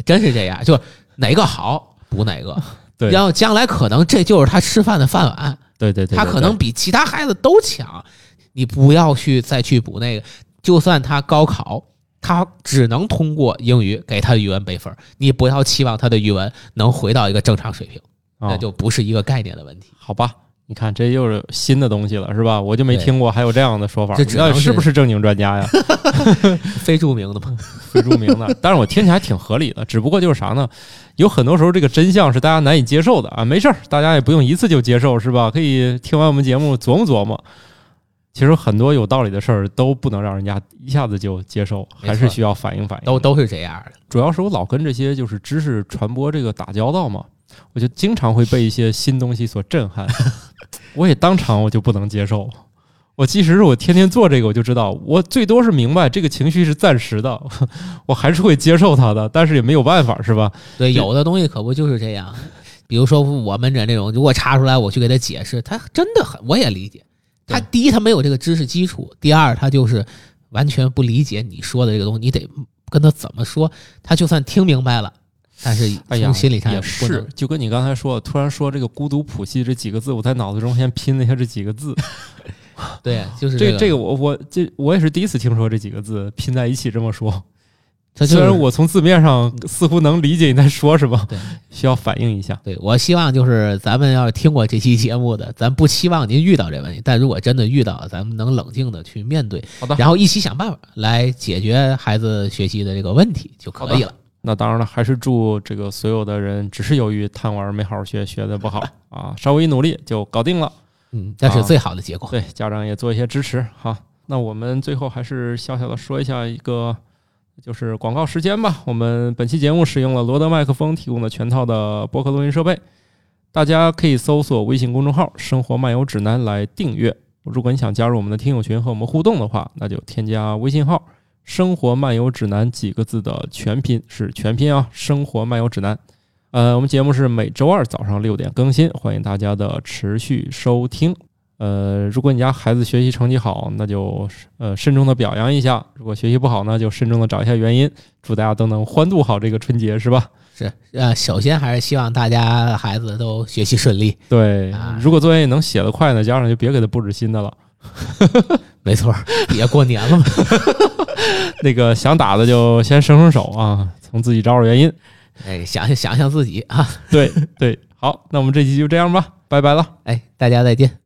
Speaker 2: 真是这样，就是哪个好补哪个。
Speaker 1: 对
Speaker 2: 然后将来可能这就是他吃饭的饭碗。
Speaker 1: 对对对对，
Speaker 2: 他可能比其他孩子都强，你不要去再去补那个。就算他高考，他只能通过英语给他的语文背分儿，你不要期望他的语文能回到一个正常水平，
Speaker 1: 啊
Speaker 2: 那就不是一个概念的问题。
Speaker 1: 好吧，你看这又是新的东西了，是吧？我就没
Speaker 2: 对
Speaker 1: 听过还有这样的说法，
Speaker 2: 这只
Speaker 1: 那
Speaker 2: 能是
Speaker 1: 是不是正经专 家呀？
Speaker 2: 非著名的嘛，
Speaker 1: 非著名的，但是我听起来挺合理的，只不过就是啥呢？有很多时候这个真相是大家难以接受的啊，没事儿，大家也不用一次就接受，是吧？可以听完我们节目琢磨琢磨。其实很多有道理的事儿都不能让人家一下子就接受，
Speaker 2: 没错
Speaker 1: 还是需要反应反应。
Speaker 2: 都都是这样的。
Speaker 1: 主要是我老跟这些就是知识传播这个打交道嘛，我就经常会被一些新东西所震撼， 我也当场我就不能接受。我即使是我天天做这个，我就知道，我最多是明白这个情绪是暂时的， 我还是会接受它的，但是也没有办法，是吧？
Speaker 2: 对，
Speaker 1: 这
Speaker 2: 有的东西可不就是这样。 比如说我们这这种，如果查出来，我去给他解释，他真的很，我也理解。他
Speaker 1: 对
Speaker 2: 第一，他没有这个知识基础；第二，他就是完全不理解你说的这个东西，你得跟他怎么说，他就算听明白了，但是
Speaker 1: 哎呀，
Speaker 2: 从心理上
Speaker 1: 也
Speaker 2: 不能
Speaker 1: 是。，就跟你刚才说的，突然说这个“孤独谱系”这几个字，我在脑子中先拼了一下这几个字，
Speaker 2: 对，就是
Speaker 1: 这
Speaker 2: 这
Speaker 1: 这
Speaker 2: 个
Speaker 1: 个我我这我也是第一次听说这几个字拼在一起这么说，
Speaker 2: 这就是
Speaker 1: 虽然我从字面上似乎能理解你在说什么，
Speaker 2: 对
Speaker 1: 需要反应一下。
Speaker 2: 对我希望就是咱们要是听过这期节目的，咱不期望您遇到这问题，但如果真的遇到，咱们能冷静的去面对，
Speaker 1: 好的，
Speaker 2: 然后一起想办法来解决孩子学习的这个问题就可以了。
Speaker 1: 那当然了，还是祝这个所有的人，只是由于贪玩没好好学，学的不好啊，稍微一努力就搞定了。
Speaker 2: 嗯，那是
Speaker 1: 啊
Speaker 2: 最好的结果。
Speaker 1: 对，家长也做一些支持哈。那我们最后还是小小的说一下一个，就是广告时间吧。我们本期节目使用了罗德麦克风提供的全套的播客录音设备，大家可以搜索微信公众号“生活漫游指南”来订阅。如果你想加入我们的听友群和我们互动的话，那就添加微信号“生活漫游指南”几个字的全拼是全拼啊，“生活漫游指南”。呃，我们节目是每周二早上六点更新，欢迎大家的持续收听。呃，如果你家孩子学习成绩好，那就呃慎重的表扬一下；如果学习不好呢，就慎重的找一下原因。祝大家都能欢度好这个春节，是吧？
Speaker 2: 是，呃，首先还是希望大家孩子都学习顺利。
Speaker 1: 对
Speaker 2: 啊，
Speaker 1: 如果作业能写得快呢，家长就别给他布置新的了。
Speaker 2: 没错儿， 也过年 了嘛。
Speaker 1: 那个想打的就先省省手啊，从自己找找原因。
Speaker 2: 哎，想想想想自己啊，
Speaker 1: 对对，好，那我们这期就这样吧，拜拜了。
Speaker 2: 哎，大家再见。